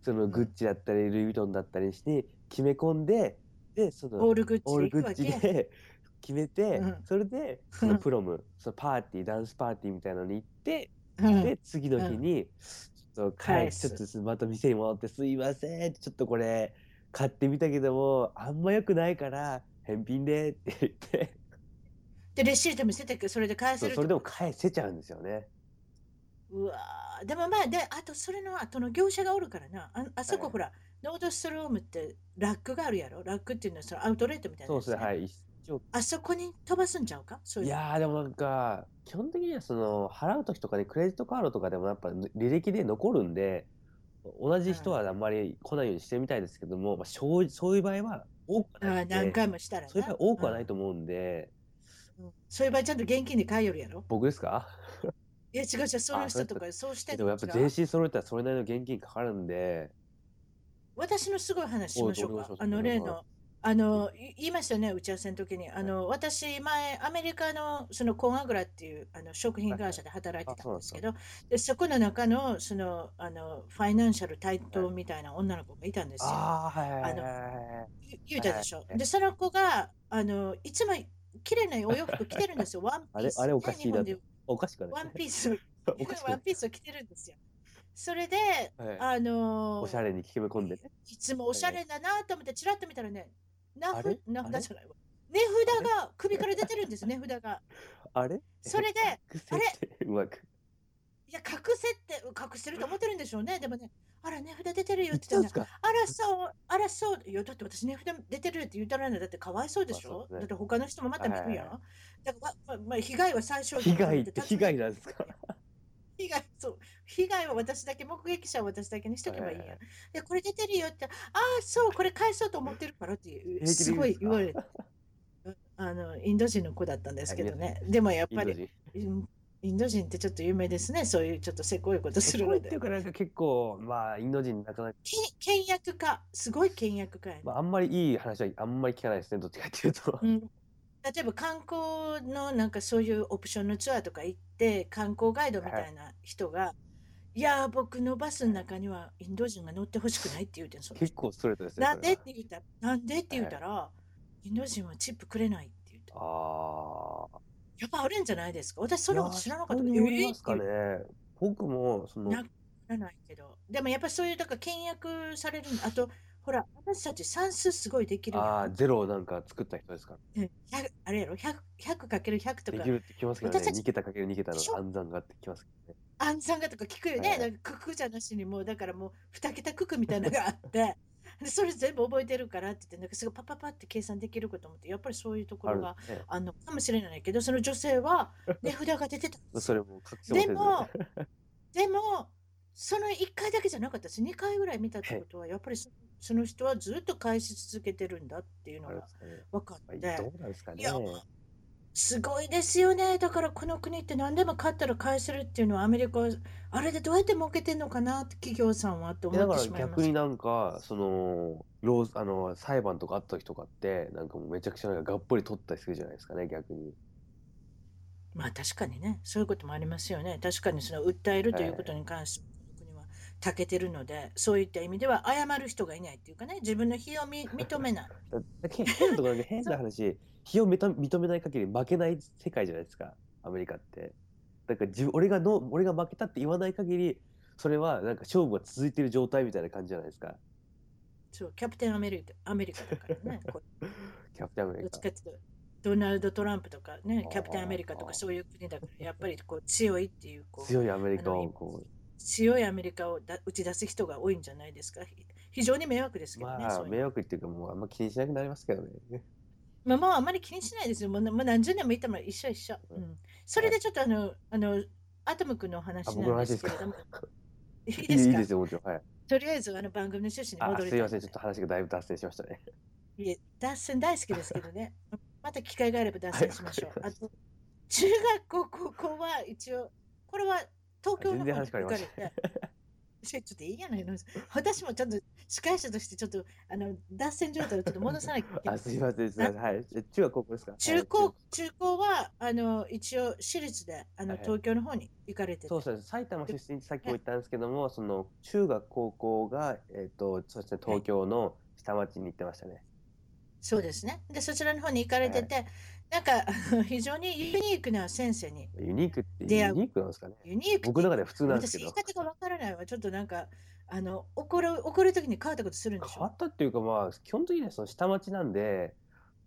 B: そのグッチだったりルイ・ヴィトンだったりして決め込んででその
A: オールグッ
B: オール
A: チで
B: グ
A: 行く
B: ッ
A: わ
B: チ
A: け。
B: で 決めて、
A: うん
B: それでそのプロ ムそのパーティーダンスパーティーみたいなのに行って
A: うん
B: で次の日に、ちょっと
A: 返
B: 返
A: す
B: すちょっとまた店に戻って「すいませんちょっとこれ買ってみたけどもあんま良くないから返品で」って言って
A: で、レシート見せて、それで返せ
B: そう
A: る
B: それ
A: って
B: で
A: こ
B: も
A: と
B: 返せちゃうんですよね。
A: うわーでもまあであとそれの後の業者がおるからなああそこ
B: はい
A: ほら、ノードストロームってラックがあるやろラックっていうのはそのアウトレットみたいなや
B: そうで
A: つ
B: す
A: ね
B: ねはい一応
A: あそこに飛ばすんちゃうかそうい
B: いうやーでもなんか基本的にはその払う時とかねクレジットカードとかでもやっぱ履歴で残るんで同じ人はあんまり来ないようにしてみたいですけども、まあ、そうそういう場合は多くは
A: あ
B: ない
A: ー
B: んで
A: 何回もしたらな
B: そういう場合多くはないと思うんで、
A: うんうんそういう場合ちゃんと現金で買いよるやろ
B: 僕ですか
A: いや違う違うその
B: あそ
A: 人
B: れ
A: とかそうしてん
B: でもやっぱ
A: 違う
B: 全身揃えたらそれなりの現金かかるんで、
A: 私のすごい話しましょう
B: おいお願い
A: か
B: しま。す
A: あの
B: お願い
A: 例
B: しま
A: の、
B: す
A: あの、い言いましたね、打ち合わせの時に。あの、私、前、アメリカの、その、コンアグラっていう、あの、食品会社で働いてたんですけど、で、そこの中の、その、あの、ファイナンシャル対等みたいな女の子がいたんですよ。
B: ああはいはいはい
A: あ
B: はい
A: ゆ言うたでしょ
B: は。い
A: で、その子が、あの、いつも、綺麗なお洋服着てるんですよ。ワンピース。
B: あれあれおかしいな
A: ね日本で
B: おかしくはな
A: ワ
B: い
A: ンピースを、
B: おかしく
A: ワ
B: な
A: ン
B: い、
A: ピースを着てるんですよ。それで、
B: はい、
A: あの、
B: おしゃれに決め込んでね
A: いつもおしゃれだなと思ってチラッと見たらね、名
B: あ
A: 札
B: れ
A: 名
B: あれ
A: 札じゃないわ。値札が首から出てるん です、値札が。
B: あれ
A: それで、
B: 隠せって うまく
A: いや、隠せって、隠してると思ってるんでしょうね。でもね、あら、値札出てるよ
B: 言
A: っ
B: ってた
A: 言
B: ん
A: っ
B: で
A: た
B: す
A: ら、
B: か
A: あら、そう、あら、そう。いや、だって私値札出てるって言ったらね、だってかわいそうでし
B: まあ
A: ょ
B: そ。うですね
A: だって他の人もまた見るやん。
B: は
A: だから、まあまあ、被害は最小限
B: 被害って
A: 立ち
B: 被害なんですか
A: 被害そう被害は私だけ目撃者は私だけにしとけばいいやん、
B: はいはい
A: でこれ出てるよってああそうこれ返そうと思ってるからっていう
B: 平気で言うんですか
A: すごい言われてうんあのインド人の子だったんですけどねでもやっ
B: イン
A: ぱ
B: ド
A: り
B: 人
A: うんインド人ってちょっと有名ですねそういうちょっとせこいことする
B: こう
A: の
B: ってい
A: で
B: うかなんか結構まあインド人なかなか、
A: け倹約家すごい倹約家やね、
B: まあ、あんまりいい話はあんまり聞かないですねどっちかっていうと、
A: うん例えば観光のなんかそういうオプションのツアーとか行って観光ガイドみたいな人が、い、やー僕のバスの中にはインド人が乗ってほしくないって言うてんその人
B: 結構ストレートですね
A: なんでっ
B: そ
A: て言ったら、なんでって言ったら、インド人はチップくれないって言った
B: れ。はああ
A: やっぱあるんじゃないですか私そんなこと知らなかった
B: い
A: け
B: や
A: ど
B: 人によりますか
A: え
B: ね
A: ーって
B: 僕もその
A: な言う知らないけど。でもやっぱそういう、だから倹約されるんだあと、ほら、私たち算数すごいできるやん
B: ああゼロをなんか作った人ですから
A: うん100あれやろ、100 100×100 と
B: で
A: か
B: き、るって聞きますけどね。
A: 私たち
B: 逃げたかける逃げたの
A: でしょ
B: 暗算があってきますけどね。
A: 暗算がとか聞くよね。
B: はい
A: だから九九じゃなしにもう、だからもう、二桁九九みたいなのがあって、 でそれ全部覚えてるからって言って、なんかすごいパッパッパって計算できること思って、やっぱりそういうとこ
B: ある
A: ろが
B: んですね。
A: あんのかもしれないけど、その女性 は値札が出てたんですよ
B: それも隠せ
A: で
B: も
A: も、 でも、その1回だけじゃなかったです。2回ぐらい見たってことは、やっぱりそその人はずっと返し続けてるんだっていう
B: せず
A: の
B: あれ
A: が
B: ですかね
A: 分かっ
B: まあ
A: て
B: ど、うなんですかね
A: い。やすごいですよね。だからこの国って何でも買ったら返せるっていうのはアメリカ、あれでどうやって儲けてんのかなって企業さんはって思
B: でだ
A: っ
B: か
A: て
B: ら
A: しまいま
B: 逆
A: す
B: に。なんかそのローあの裁判とかあった時とかってなんかもうめちゃくちゃなんかがっぽり取ったりするじゃないですかね逆に
A: まあ確かにね、そういうこともありますよね。確かにその訴えるということに関して、この国は長けてるので、そういった意味では謝る人がいないっていうかね、自分の非を み認めない。
B: だだけ変なとこ ろで変な話非を認め認めない限り負けない世界じゃないですかアメリカってだから自分俺がの俺が負けたって言わない限りそれはなんか勝負が続いてる状態みたいな感じじゃないですか
A: そう、キャプテンアメリカ、アメリカだからね。 こう
B: キャプテンアメ
A: ど
B: リ
A: っ
B: カ
A: ちかっていうとドナルド・トランプとかね
B: あ、ー
A: キャプテンアメリカとかそういう国だから、やっぱりこう強いっていう、こう、
B: 強いアメリカをこ
A: 強いアメリカをだ打ち出す人が多いんじゃないですか。ひ非常に迷惑です
B: う
A: けどね。
B: ま
A: そ
B: あ
A: ういう
B: 迷惑っていうかもうあんま気にしなくなりますけどね
A: まあまああんまり気にしないですよ。もうなもう何十年もいたも一緒一緒。うん。それでちょっとあの、あの、アトム君のお話
B: あ僕
A: な
B: の
A: んで
B: 話ですす
A: け
B: か
A: れども。い
B: い
A: い
B: い
A: です
B: いい
A: か
B: ですよもちろんはい
A: とりあえずあの番組の趣旨に
B: あ
A: 戻り
B: す
A: たい
B: い
A: の
B: ま
A: で
B: せんちょっと話がだいぶ脱線しましたね
A: いえ、脱線大好きですけど ね。また機会があれば脱線しましょう。
B: はい
A: あと、中学校、高校は一応、これは東京の
B: 全然
A: 方に
B: 話変わりま
A: 行か
B: し
A: れてちょっといいやないの。私もちょっと司会者としてちょっとあの脱線状態をちょっと戻さなきゃいけな
B: あ
A: い。
B: すいませんすいませんはいえ中学高校ですかは
A: 中
B: い
A: 高中高はあの一応私立であの
B: はい
A: 東京の方に行かれてて、
B: そうですね、埼玉出身ってさっきも言ったんですけども、その中学高校が、えっ、と、そうですね、東京の下町に行ってましたね。
A: そうですねでそちらの方に行かれてて、なんかあの非常にユニークな先生に
B: ユニークって、
A: 出
B: ユ
A: 会う
B: ニークなんですかね。
A: ユニークって
B: 僕の中では普通なんです
A: 私
B: け
A: 言い
B: ど。
A: 方がわからないわちょっとなんかあの怒る怒る時に変わったことするんでし
B: 変わ
A: ょ
B: ったっていうか、まあ、基本的にはその下町なんで、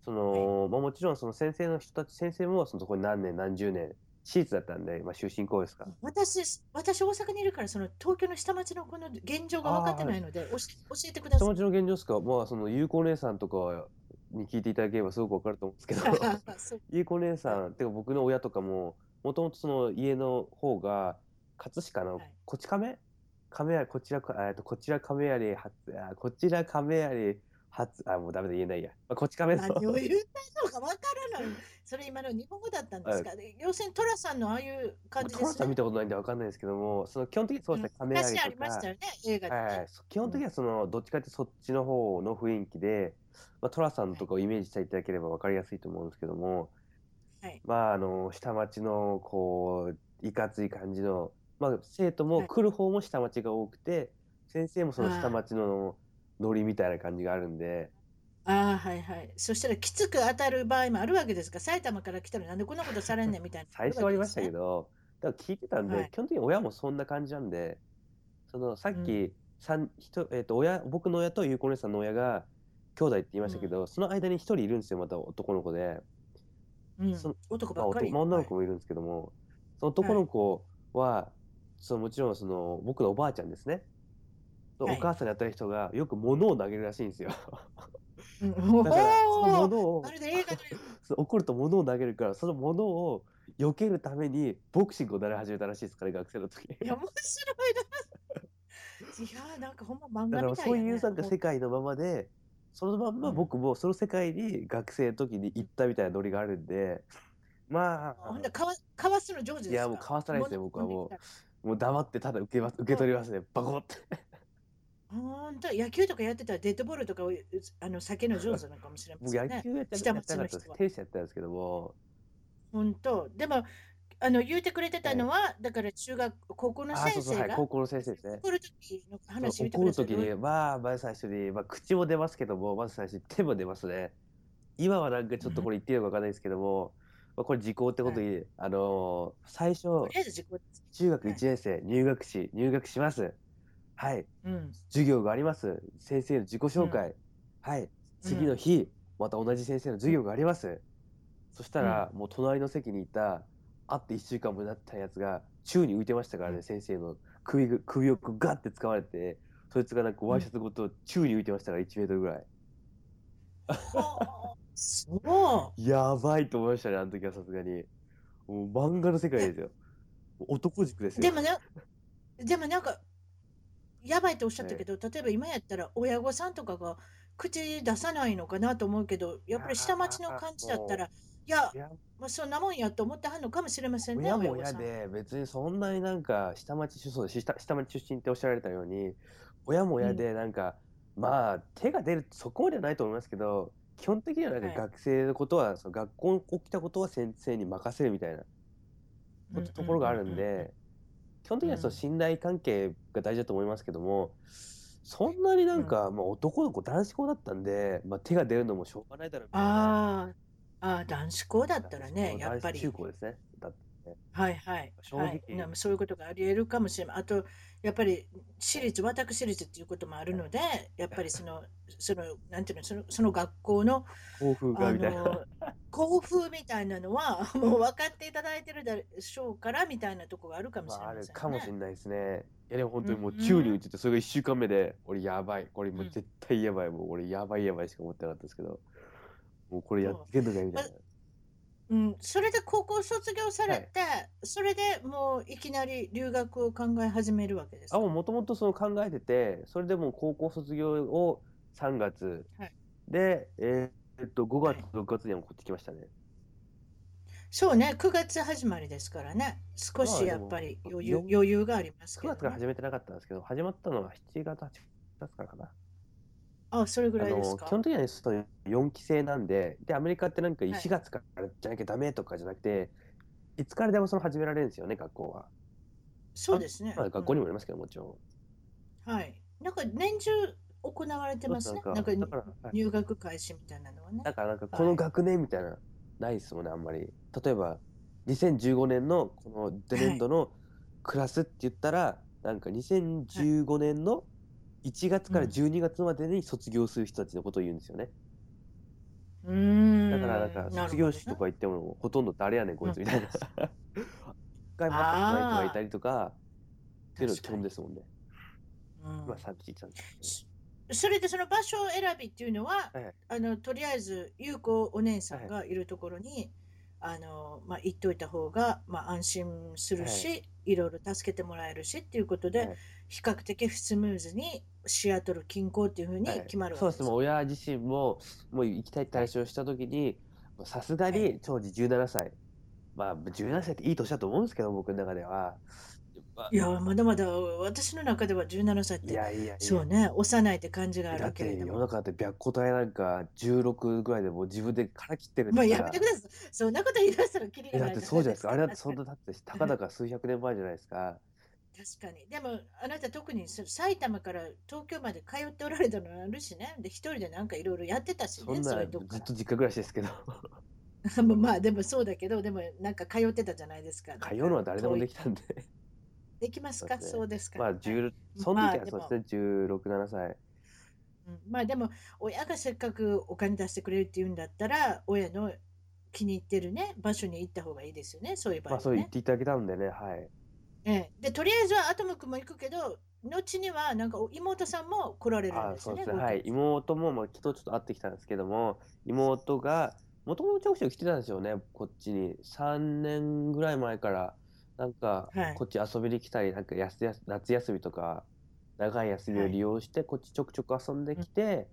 B: その、まあもちろんその先生の人たち、先生もそのとこに何年、何十年、私立だったんで、まあ終身校ですか。
A: 私私大阪にいるからその東京の下町のこの現状が分かってないのでおし教えてくだ
B: 下
A: さい
B: 町の現状ですか、まあその、有効姉さんとかに聞いていただければすごくわかると思うんですけど。
A: そう
B: ゆいこ姉さん、てか僕の親とかも、もともとその家の方が、葛飾の
A: はい、
B: こち亀亀有、こちらか、えっと、こちら亀有発、あ、こちら亀有発、あ、もうダメだ言えないや。まあ、こち亀の、
A: 何を言ってんのか分からないそれ今の日本語だったんですか、で要するに寅さんのああいう感じ
B: ト
A: で
B: ラ
A: す
B: さん見たことないんでわかんないですけども、その基本的にそうですね、亀有
A: 昔あり
B: と
A: ま
B: か、
A: したよね、映画でね。
B: はいはい、基本的にはその、どっちかってそっちの方の雰囲気で、まあ、トラさんとかをイメージしていただければわかりやすいと思うんですけども、
A: はい
B: まあ、あの、下町の、こう、いかつい感じの、まあ、生徒も
A: はい
B: 来る方も下町が多くて、先生もその
A: あー
B: 下町のノリみたいな感じがあるんで、
A: ああ、はいはい。そしたらきつく当たる場合もあるわけですか埼玉から来たらなんでこんなことされんねんみたいな。
B: 最初はありましたけ
A: ど。
B: ど、だから聞いてたんで、
A: はい
B: 基本的に親もそんな感じなんで、その、さっ
A: う
B: き、三、人、えっと、親、僕の親とゆうこ姉さんの親が、兄弟って言いましたけど、その間に一人いるんですよ、また男の子で。
A: うん
B: その
A: 男
B: ま
A: ば
B: あ、
A: っかり。
B: 男女の子もいるんですけども、その男の子は、そのもちろんその僕のおばあちゃんですね、の
A: はい
B: お母さんに当たる人がよく物を投げるらしいんですよ
A: はいうん
B: だからその
A: おー
B: 物を
A: まるで映画のよう
B: そう怒ると物を投げるからその物を避けるためにボクシングを習い始めたらしいですから学生の時
A: いや面白いな。いやーなんかほんま漫画
B: だか
A: み
B: ら
A: たい
B: そう
A: やね
B: いうなんか
A: も
B: 世界のままでそのまんま僕もその世界に学生の時に行ったみたいなノリがあるんでま
A: うほんで
B: あ
A: かわかわすの上手です
B: いや
A: か
B: もうかわさないですね僕はもう
A: 物。
B: もう黙ってただ受けます受け取りますねバコって。
A: ほんと野球とかやってたらデッドボールとかをあの避けの上手なのかもしれま
B: 僕
A: せん
B: 野
A: ね。
B: 球やって
A: 下
B: なか
A: 町
B: った
A: の
B: んで
A: 人
B: す
A: は
B: テニスやってたんですけども
A: 本当でもあの言うてくれてたのはだから中学高校の
B: あ
A: 先
B: そうそうは
A: 生
B: い
A: が
B: 高校の先生ですね
A: 怒る時の話
B: そ
A: 言
B: う
A: って
B: 怒
A: くれ
B: る
A: てた
B: 時
A: の
B: にまあまず最初に、まあ、口も出ますけどもまず最初に手も出ますね今はなんかちょっとこれ言っていいのか分かんないですけども、まあ、これ時効ってことに、あのー最初
A: とりあえず自己
B: 中学1年生入学し入学しますはい
A: うん
B: 授業があります先生の自己紹介、はい次の日、また同じ先生の授業がありますそしたら、もう隣の席にいた会って1週間もなったやつが宙に浮いてましたからね、
A: うん
B: 先生の首ぐ首をガッて掴まれてそいつがなんかワイシャツごと宙に浮いてましたから1メートルぐらい
A: ほうそう
B: やばいと思いましたねあの時はさすがにもう漫画の世界ですよ男塾ですよ
A: でもねでもなんかやばいとおっしゃったけど、例えば今やったら親御さんとかが口出さないのかなと思うけどやっぱり下町の感じだったらいや、
B: いや
A: まあ、そんなもんやと思ってはんのかもしれませんね。
B: 親も
A: 親御
B: 親
A: さん
B: で別にそんなになんか下町出身下下町出身っておっしゃられたように親も親でなんか、まあ手が出るそこまではないと思いますけど基本的にはなんか
A: はい
B: 学生のことは、その学校に起きたことは先生に任せるみたいな
A: うんうんうんうん
B: ところがあるんで、基本的にはそうの
A: ん
B: 信頼関係が大事だと思いますけども、そんなになんか、まあ、男の子男子校だったんで、まあ、手が出るのもしょうがないだろうみたいな
A: あーあー、男子校だったらね、
B: 男子
A: やっぱり。
B: 中高ですねだって
A: はいはい、
B: 正
A: は
B: 直
A: い、なそういうことがあり得るかもしれない。あと、やっぱり私立、私立っていうこともあるので、やっぱりその、その、なんていうの、そのその学校の、
B: 校風が
A: あ
B: みたいな。
A: の、校風みたいなのは、 もう分かっていただいてるでしょうから、みたいなとこがあるかもしれ
B: まあ、
A: ま
B: ある
A: せん
B: かもしれ
A: ね。
B: ないですね。いやでも本当にもう
A: うんうん
B: 宙に浮いてて、それが1週間目で、俺やばい、これもううん絶対やばい、もう俺やばいやばいしか思ってなかったですけど、もうこれやってんのかよみたいな。
A: うん、それで高校卒業されて、それでもういきなり留学を考え始めるわけです
B: あ、
A: か。
B: もうもともとその考えてて、それでもう高校卒業を3月、
A: はい
B: で、えーっと、5
A: は
B: 月、6月にはもうこっち来ましたね。
A: そうね、9月始まりですからね、少しやっぱり余裕
B: まあでも
A: 余裕があります
B: 9
A: けど
B: 月から
A: ね。
B: 始めてなかったんですけど、始まったのが7月、8月からかな。
A: あ、それぐ
B: あ
A: らいです
B: の基
A: か。
B: 本的にはねその4期生なんででアメリカってなんか
A: はい
B: 1月からじゃなきゃダメとかじゃなくて、い、つからでもその始められるんですよね学校は、
A: そうですね。
B: まあ、学校に
A: も。
B: もありますけどもちろん
A: はい。なんか年中行われてますね。
B: そう
A: なんか
B: ですなんかだからはい
A: 入学開始みたいなのはね。
B: だからなんかこの学年みたいな、ないですもんねあんまり例えば2015年のこのデ年度のクラスって言ったら、なんか2015年の1月から
A: うん
B: 12月までに卒業する人たちのことを言うんですよね、
A: うーん。
B: だからなんか卒業式と
A: なる
B: か行ってもほとんど誰やねんこいつみたいな。一回待ってない人がいたりとかっていうのが基本ですもんね。
A: ほどね。うん
B: まあ寂しいちゃんです
A: それでその場所を選びっていうのは、
B: はい
A: あのとりあえず優子お姉さんがいるところに、あのまあ行っといた方がまあ安心するし、、
B: はい
A: ろいろ助けてもらえるしっていうことで、
B: はい
A: 比較的スムーズにシアトル近郊っていうふうに
B: はい
A: 決まる
B: そう
A: わ
B: で
A: け
B: す
A: です。
B: もう親自身ももう行きたいって対象をした時にもうさすが
A: は
B: に当時17歳まあ17歳っていい年だと思うんですけど僕の中では。まあ
A: いやまだまだ私の中では17歳っ
B: い
A: て
B: やいやいや。
A: そうね幼いって感じがあ
B: だっ
A: るけれ
B: て
A: ど
B: 世
A: も
B: の。中って白虎隊なんか16ぐらいでもう自分で殻切ってるん
A: まあ
B: です
A: や
B: から
A: めてください。そんなこと言い出したらキリが
B: えだ
A: な
B: っ
A: い
B: てそうじゃないですか。あれだってそん
A: 確
B: なだってたかだか数百年前じゃないで すか。
A: かに。でもあなた特にそ埼玉から東京まで通っておられたのもあるしね。で一人でなんかいろいろやってたし
B: そ
A: ね。
B: ん
A: そ
B: なず
A: れ
B: っ
A: ど
B: と
A: っか
B: 実家暮らしです けど
A: ら まあまあでもそうだけどでもなんか通ってたじゃないですか。
B: 通うのは誰でもで
A: き
B: きたんで
A: できますか。
B: そうです
A: そうです
B: ね
A: か。
B: まあ
A: はい
B: 10その時
A: まあ
B: は
A: で
B: そ
A: も
B: うですね167歳
A: うんまあでも親がせっかくお金出してくれるって言うんだったら親の気に入ってるね場所に行った方がいいですよねそういう場合
B: まあ
A: は
B: そう言っ
A: ね。
B: ていただけたんでねはい
A: ええ、でとりあえずはアトム君も行くけど後にはなんかお妹さんも来られるん
B: あ
A: です
B: そ
A: よ
B: うで
A: ね。
B: すねはい
A: ご
B: 妹もまあ昨日ちょっと会ってきたんですけども妹がもともとちょくちょく来てたんですよねこっちに3年ぐらい前からなんか
A: はい
B: こっち遊びに来たりなんかやすやす夏休みとか長い休みを利用してこっちちょくちょく遊んできて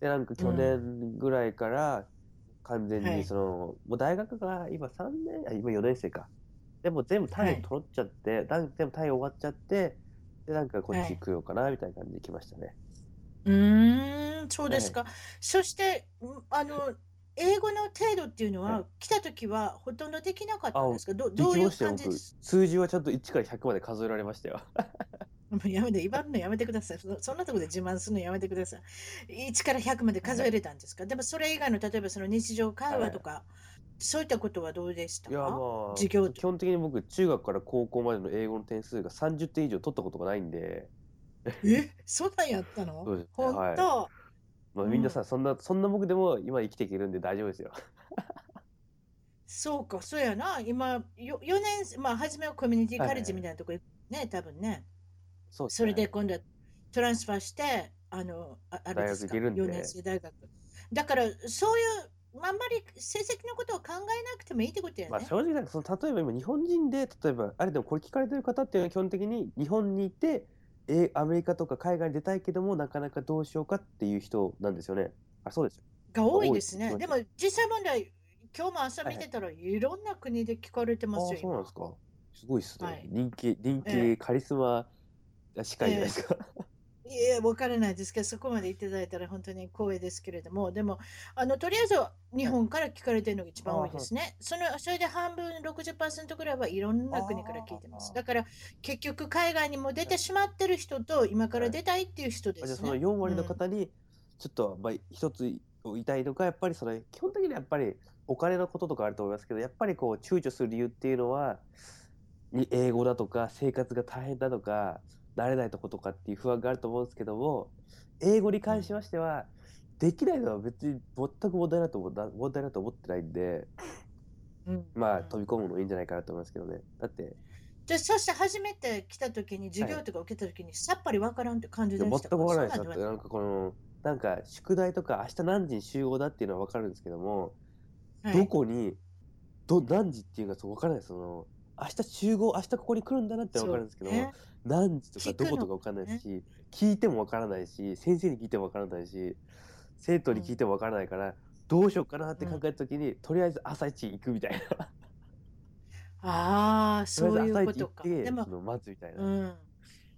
B: でなんか去年ぐらいから完全
A: は
B: に
A: い
B: その、もう大学が今3年あ今4年生かでも全部単
A: は
B: 位
A: い
B: 取っちゃって、だん全部単位終わっちゃってでなんかこっ
A: は
B: ち
A: い
B: 行くようかなみたいな感じで来ましたね。
A: うーんそうですか。そしてうんあの英語の程度っていうの
B: は
A: は来た時はほとんどできなかったんですかど
B: で
A: どう
B: き
A: い
B: ま
A: う
B: したよ
A: 感じ
B: 僕数字はちゃんと1から100まで数えられましたよ
A: もうやめて、威張るのやめてください。そそんなところで自慢するのやめてください。1から100まで数えれたんですか、でもそれ以外の、例えばその日常会話とか、そういったことはどうでした
B: いやま
A: か
B: あ
A: 授業
B: 基本的に僕中学から高校までの英語の点数が30点以上取ったことがないんで、
A: えそんなんやった
B: そ
A: の
B: うですね
A: 本当、
B: まあ、
A: うん
B: みんなさ、そんなそんな僕でも今生きていけるんで大丈夫ですよ
A: そうか、そうやな。今、よ4年生、まあ、初めはコミュニティカレッジみたいなとこ行くね、多分ね。
B: そうす
A: そ
B: ね
A: れで今度はトランスファーして、あの、ああれ
B: 大
A: で
B: 学
A: す
B: 行
A: か、
B: けるんで
A: 4年生大学。だから、そういう、あんまり成績のことを考えなくてもいいってことやね。
B: まあ正直なんかその例えば今日本人で例えばあれでもこれ聞かれてる方っていうのは基本的に日本にいてえアメリカとか海外に出たいけどもなかなかどうしようかっていう人なんですよねあそうですよ
A: が多いですね。
B: 多い
A: でも実際問題今日も朝見てたらいろんな国で聞かれてますよ
B: ああ、そうなんですか。すごいっすね。
A: はい
B: 人気、人気、
A: ええ
B: カリスマ司会じゃないですか。
A: いえ、わからないですけど、そこまでいただいたら本当に光栄ですけれども、でも、あの、とりあえず日本から聞かれてるのが一番多いですね。その、それで半分60%ぐらいはいろんな国から聞いてま
B: あ
A: す。
B: ー
A: だから、結局海外にも出てしまってる人と、今から出たいっていう人で
B: あじゃあ
A: す
B: その
A: ね。
B: 4割の方にちょっとまあ一つ言いたいのかやっぱりその基本的にはやっぱりお金のこととかあると思いますけどやっぱりこう躊躇する理由っていうのはに英語だとか生活が大変だとか慣れないとことかっていう不安があると思うんですけども英語に関しましては、できないのは別に全く問題だと思うな問題だと思ってないんで
A: うん
B: まあ
A: うん
B: 飛び込むのいいんじゃないかなと思いますけどねだって
A: で、そして初めて来た時に、授業とか受けた時に、さっぱりわからんって感じ
B: い
A: で
B: や全
A: した
B: くわからないです
A: そう
B: だ
A: な
B: って
A: んだ
B: なんかこのなんか宿題とか明日何時に集合だっていうのはわかるんですけども
A: はい
B: どこに、ど、何時っていうか、そう、わからない。その、明日集合、明日ここに来るんだなってわかるんですけど、
A: そうね
B: 何時とか
A: 聞くの
B: どことかわかんないし、聞いてもわからないし、先生に聞いてもわからないし、生徒に聞いてもわからないから、どうしようかなって考えたときに、とりあえず朝一行くみたい な。
A: ああ、そ
B: と
A: う
B: り
A: い
B: あ
A: うこ
B: えず朝一行
A: と
B: っ
A: か。
B: て、
A: でも
B: そ、の、待つみたいな。
A: うん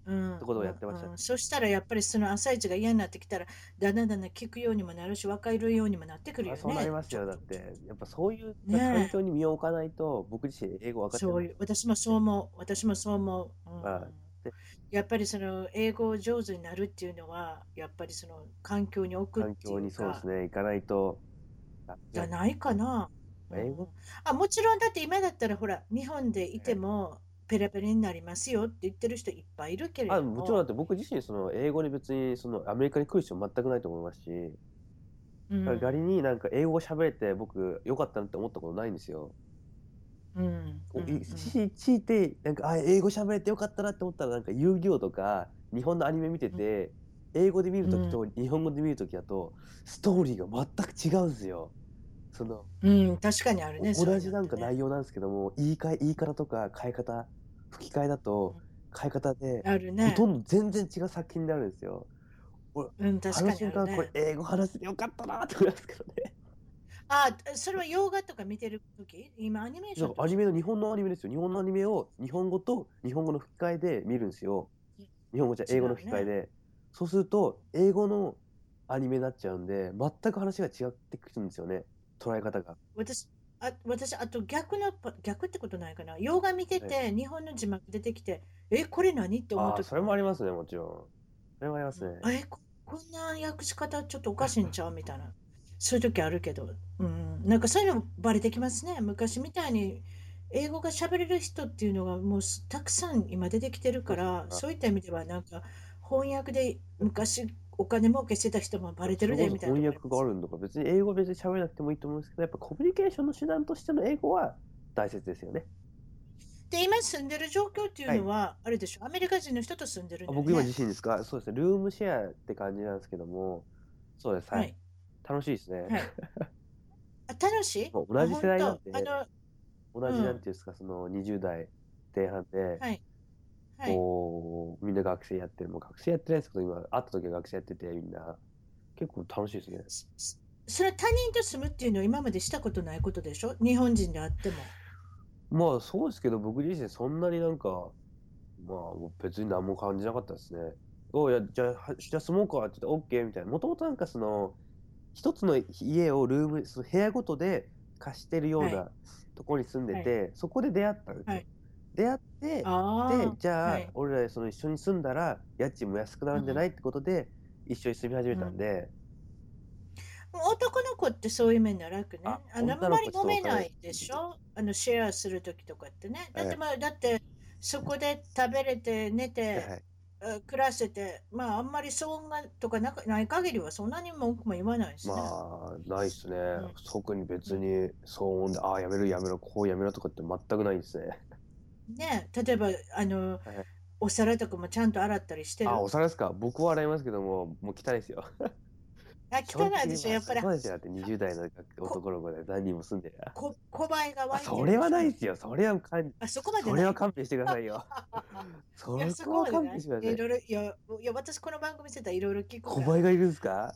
A: うん
B: ってことをやってました
A: うんうんそしたらやっぱりその朝一が嫌になってきたらだんだんだんだん聞くようにもなるし分かるようにもなってくるよ
B: あ
A: ね。
B: そうなりますよ。
A: ちょ
B: だっ
A: と
B: て、やっぱそういう
A: ねえ
B: 環境に身を置かないと、僕自身英語わかって
A: そう
B: な
A: い
B: い
A: う私もそう思う私もそう思う、うん
B: はで
A: やっぱりその英語を上手になるっていうのはやっぱりその環境に置くっ
B: 環
A: てい
B: 境
A: う
B: にそうで
A: か
B: すね、行かないと。
A: じゃないかな。
B: 英語
A: うんあもちろんだって今だったらほら日本でいてもペラペラになりますよって言ってる人いっぱいいるけれ
B: あ
A: ど
B: も
A: も。
B: ちろんだって僕自身その英語に別にそのアメリカに来る必要全くないと思いますし、
A: うん
B: 仮になんか英語喋れて僕良かったなって思ったことないんですよ。
A: うん
B: お
A: う
B: い
A: んうん
B: ちちいてなんかあ英語喋れて良かったなって思ったらなんか遊戯王とか日本のアニメ見てて、英語で見るときと日本語で見るときだとストーリーが全く違うんですよ。その
A: うん、確かにあるね。
B: 同じなんか
A: ない
B: 内容なんですけども言い換え言い方とか変え方吹き替えだと変え方で
A: ある
B: ほ
A: ね。
B: とんど全然違う作品になるんですよ。
A: うん、確かにある
B: あの瞬間こ
A: ね
B: れ。英語話せてよかったなって思いますけ どね。
A: あ、それは洋画とか見てる時今アニメーションとか
B: アニメの日本のアニメですよ。日本のアニメを日本語と日本語の吹き替えで見るんですよ
A: うん。
B: 日本語じゃ英語の吹き替えで。そうすると英語のアニメになっちゃうんで全く話が違ってくるんですよね。捉え方が。
A: 私、あ私、あと逆の、逆ってことないかな。洋画見てて、日本の字幕出てきて、え、これ何って思う
B: あ
A: と
B: あそれもありますねもちろん。それもありますね。
A: え、ここんな訳し方ちょっとおかしいんちゃうみたいな。そういう時あるけど、うん、なんかそういうのバレてきますね。昔みたいに英語が喋れる人っていうのがもうすたくさん今出てきてるから、
B: そうそう
A: そういった意味ではなんか翻訳で昔お金儲けしてた人もバレてるでみたいなとこ
B: 翻
A: り
B: 訳があるんだから別に英語別に喋らなくてもいいと思うんですけどやっぱコミュニケーションの手段としての英語は大切ですよね。
A: で、今住んでる状況っていうのは、あれでしょ、アメリカ人の人と住んでるん
B: あ
A: だよ
B: 僕今
A: ね。
B: 自身ですかそうですねルームシェアって感じなんですけどもそうですはい、
A: はい。
B: 楽しいですね、
A: はいあ、楽しい
B: そう同じ世代なんで
A: あ、本当あの、
B: 同じ
A: うん
B: なんていうんですか、その20代前半で、
A: はい。はい。
B: こうみんな学生やってるもう学生やってないんですけど今会った時は学生やっててみんな結構楽しいですね
A: そそれは他人と住むっていうのは今までしたことないことでしょ日本人であっても。
B: まあそうですけど僕自身そんなになんかまあ別に何も感じなかったですねおいやじゃあはじゃあ住もうかって言って OK みたいなもともとなんかその一つの家をルームその部屋ごとで貸してるよう
A: は
B: なところに住んでて、そこで出会ったんですよ、
A: はい
B: 出会って
A: あ
B: でじゃあ、
A: はい
B: 俺らその一緒に住んだら家賃も安くなるんじゃないってことで、一緒に住み始めたんで、
A: あ。男の子ってそういう面なら楽ね。
B: あ
A: あの、あ
B: 女の子
A: んまり
B: ちょっ
A: 揉
B: と
A: めな
B: わか
A: い
B: る
A: でしょあの、シェアするときとかってね。だっ
B: は
A: て
B: い
A: まあ、だって、そこで食べれて、寝て、
B: はい
A: え暮らせて、まあ、あんまり騒音がとかなかない限りはそんなに文句も言わないですね。
B: まあないっすね、
A: うん
B: 特に別に騒音で「ああやめろやめろこうやめろ」とかって全くないですね
A: ね、例えばあの、お皿とかもちゃんと洗ったりしてる。
B: あお皿ですか僕は洗いますけどももう汚いですよ
A: あ
B: 基
A: 汚
B: 本的
A: い
B: に
A: でしょ、やっぱり
B: そうですよだって20代の男の子で何人も住んでる
A: こ小林が湧
B: あ
A: いて
B: それはないです
A: よ。
B: よそれはかん
A: あそこまで
B: そ
A: ない
B: れは勘弁してくださいよそ
A: いやそ
B: こ
A: こ
B: は
A: まで
B: 勘
A: ない。
B: 弁してくだ
A: い
B: さ
A: やい
B: い
A: ろいろいやいや私この番組してたらいろいろ聞くから
B: 小林がいるんですか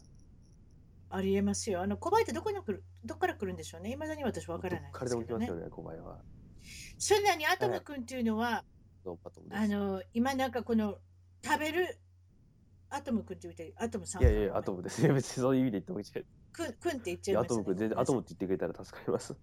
A: ありえますよ。あの、コバエってどこに来る、どこから来るんでしょうね。いまだに私わからないんで
B: 体
A: す
B: も
A: け
B: き
A: ど
B: ます
A: ね
B: よ。ね、コバエは。
A: それなのにアトム君っていうのは、
B: ドンパトンです
A: あの、今なんかこの、食べる、アトム君って言って、アトムさん
B: いやいやいや、アトムです。いや別にそういう意味で言ってもいいじゃない
A: くん、くんって言っ
B: い
A: ちゃい
B: や
A: まし
B: ア
A: たね
B: トムくん、全然アトムって言ってくれたら助かります。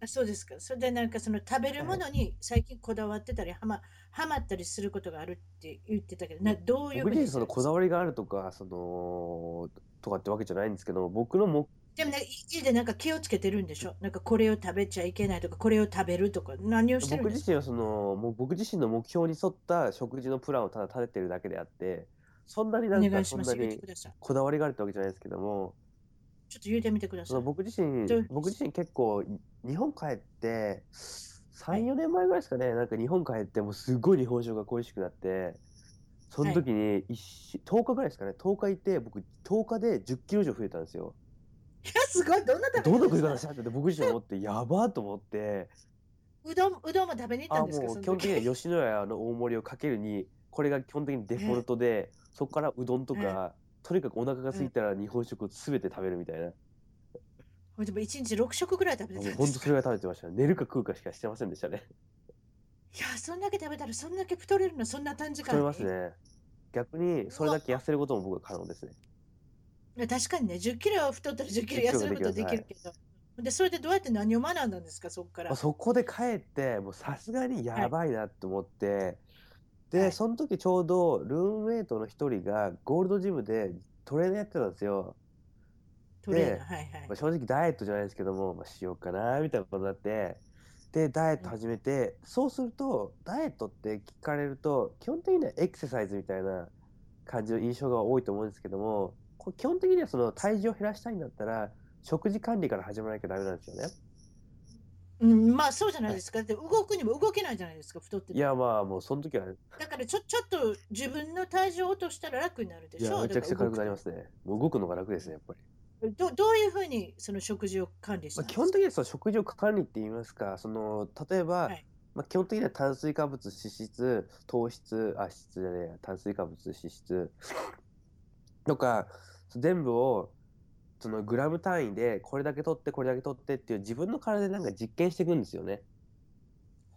A: あそうですか。それでなんかその食べるものに最近こだわってたり、はま、はまったりすることがあるって言ってたけど、などういうこと
B: 僕自
A: で
B: 身
A: す
B: そのこだわりがあるとか、その、とかってわけじゃないんですけど、僕の目
A: でもね、家でなんか気をつけてるんでしょなんかこれを食べちゃいけないとか、これを食べるとか、何をしてるん
B: 僕
A: です
B: 自
A: か
B: 身はその、もう僕自身の目標に沿った食事のプランをただ立ててるだけであって、そんなに
A: お
B: なん
A: 願
B: か
A: いし
B: そん
A: ま
B: な
A: す。言って
B: に
A: ください。
B: こだわりがあるってわけじゃないですけども、
A: ちょっと言うてみてくだ
B: そ
A: さ
B: の
A: い。
B: 僕自身
A: どう、
B: 僕自身結構、日本帰って、3、4年前ぐらいですかね、なんか日本帰って、もうすごい日本酒が恋しくなって、その時に一週、10日ぐらいですかね、10日いて、僕10日で10キロ以上増えたんですよ。
A: いや、すごい、どんな食べ
B: どんな
A: 方
B: 食い
A: です
B: 方
A: か
B: したって僕自身思って、やばーと思って、
A: うどん、うどんも食べに行った
B: あ
A: んですかそ
B: も
A: うの
B: 基本
A: 時
B: 的には吉野家の大盛りをかけるに、これが基本的にデフォルトで、そこからうどんとか、とにかくお腹が空いたら日本食を全て食べるみたいな。
A: ほんでも一日6食ぐらい食べて
B: も
A: た
B: うん
A: で
B: 本
A: す
B: 当
A: か
B: それが食べてました。寝るか食うかしかしてませんでしたね。
A: いや、そんだけ食べたら、そんだけ太れるの、そんな短時間
B: 太
A: に
B: りますね。逆に、それだけ痩せることも僕は可能ですね。
A: いや確かにね、10キロ太ったら10キロ痩せること
B: 10キ
A: で
B: ロ
A: き
B: で
A: る
B: きます
A: けど、で、それでどうやって何を学んだんですか、そこから。
B: まあ、そこで帰って、もうさすがにやばいなって思って、で、
A: はい
B: その時ちょうどルームメイトの一人がゴールドジムでトレーナーやってたんですよ。
A: トレーナー、はいはい
B: まあ、。正直ダイエットじゃないですけども、まあ、しようかなみたいなことになってでダイエット始めて、そうするとダイエットって聞かれると基本的にはエクササイズみたいな感じの印象が多いと思うんですけどもこう基本的にはその体重を減らしたいんだったら食事管理から始めなきゃダメなんですよね。
A: うん、まあそうじゃないですか。だって動くにも動けないじゃないですか、太って
B: い
A: て。
B: やまあもうその時は
A: だからちょ、ちょっと自分の体重を落としたら楽になるで
B: い
A: しょ
B: や
A: う。。
B: めちゃくちゃ軽くなりますすね。もう動くのが楽ですねやっぱり。
A: どどういうふうにその食事を管理し
B: ま
A: た
B: あ、
A: んですか
B: 基本的にはその食事を管理って言いますかその例えば、
A: はい
B: まあ、基本的には炭水化物脂質糖質あ脂質じゃねえや炭水化物脂質とか全部をそのグラム単位でこれだけ取ってこれだけ取ってっていう自分の体でなんか実験していくんですよね。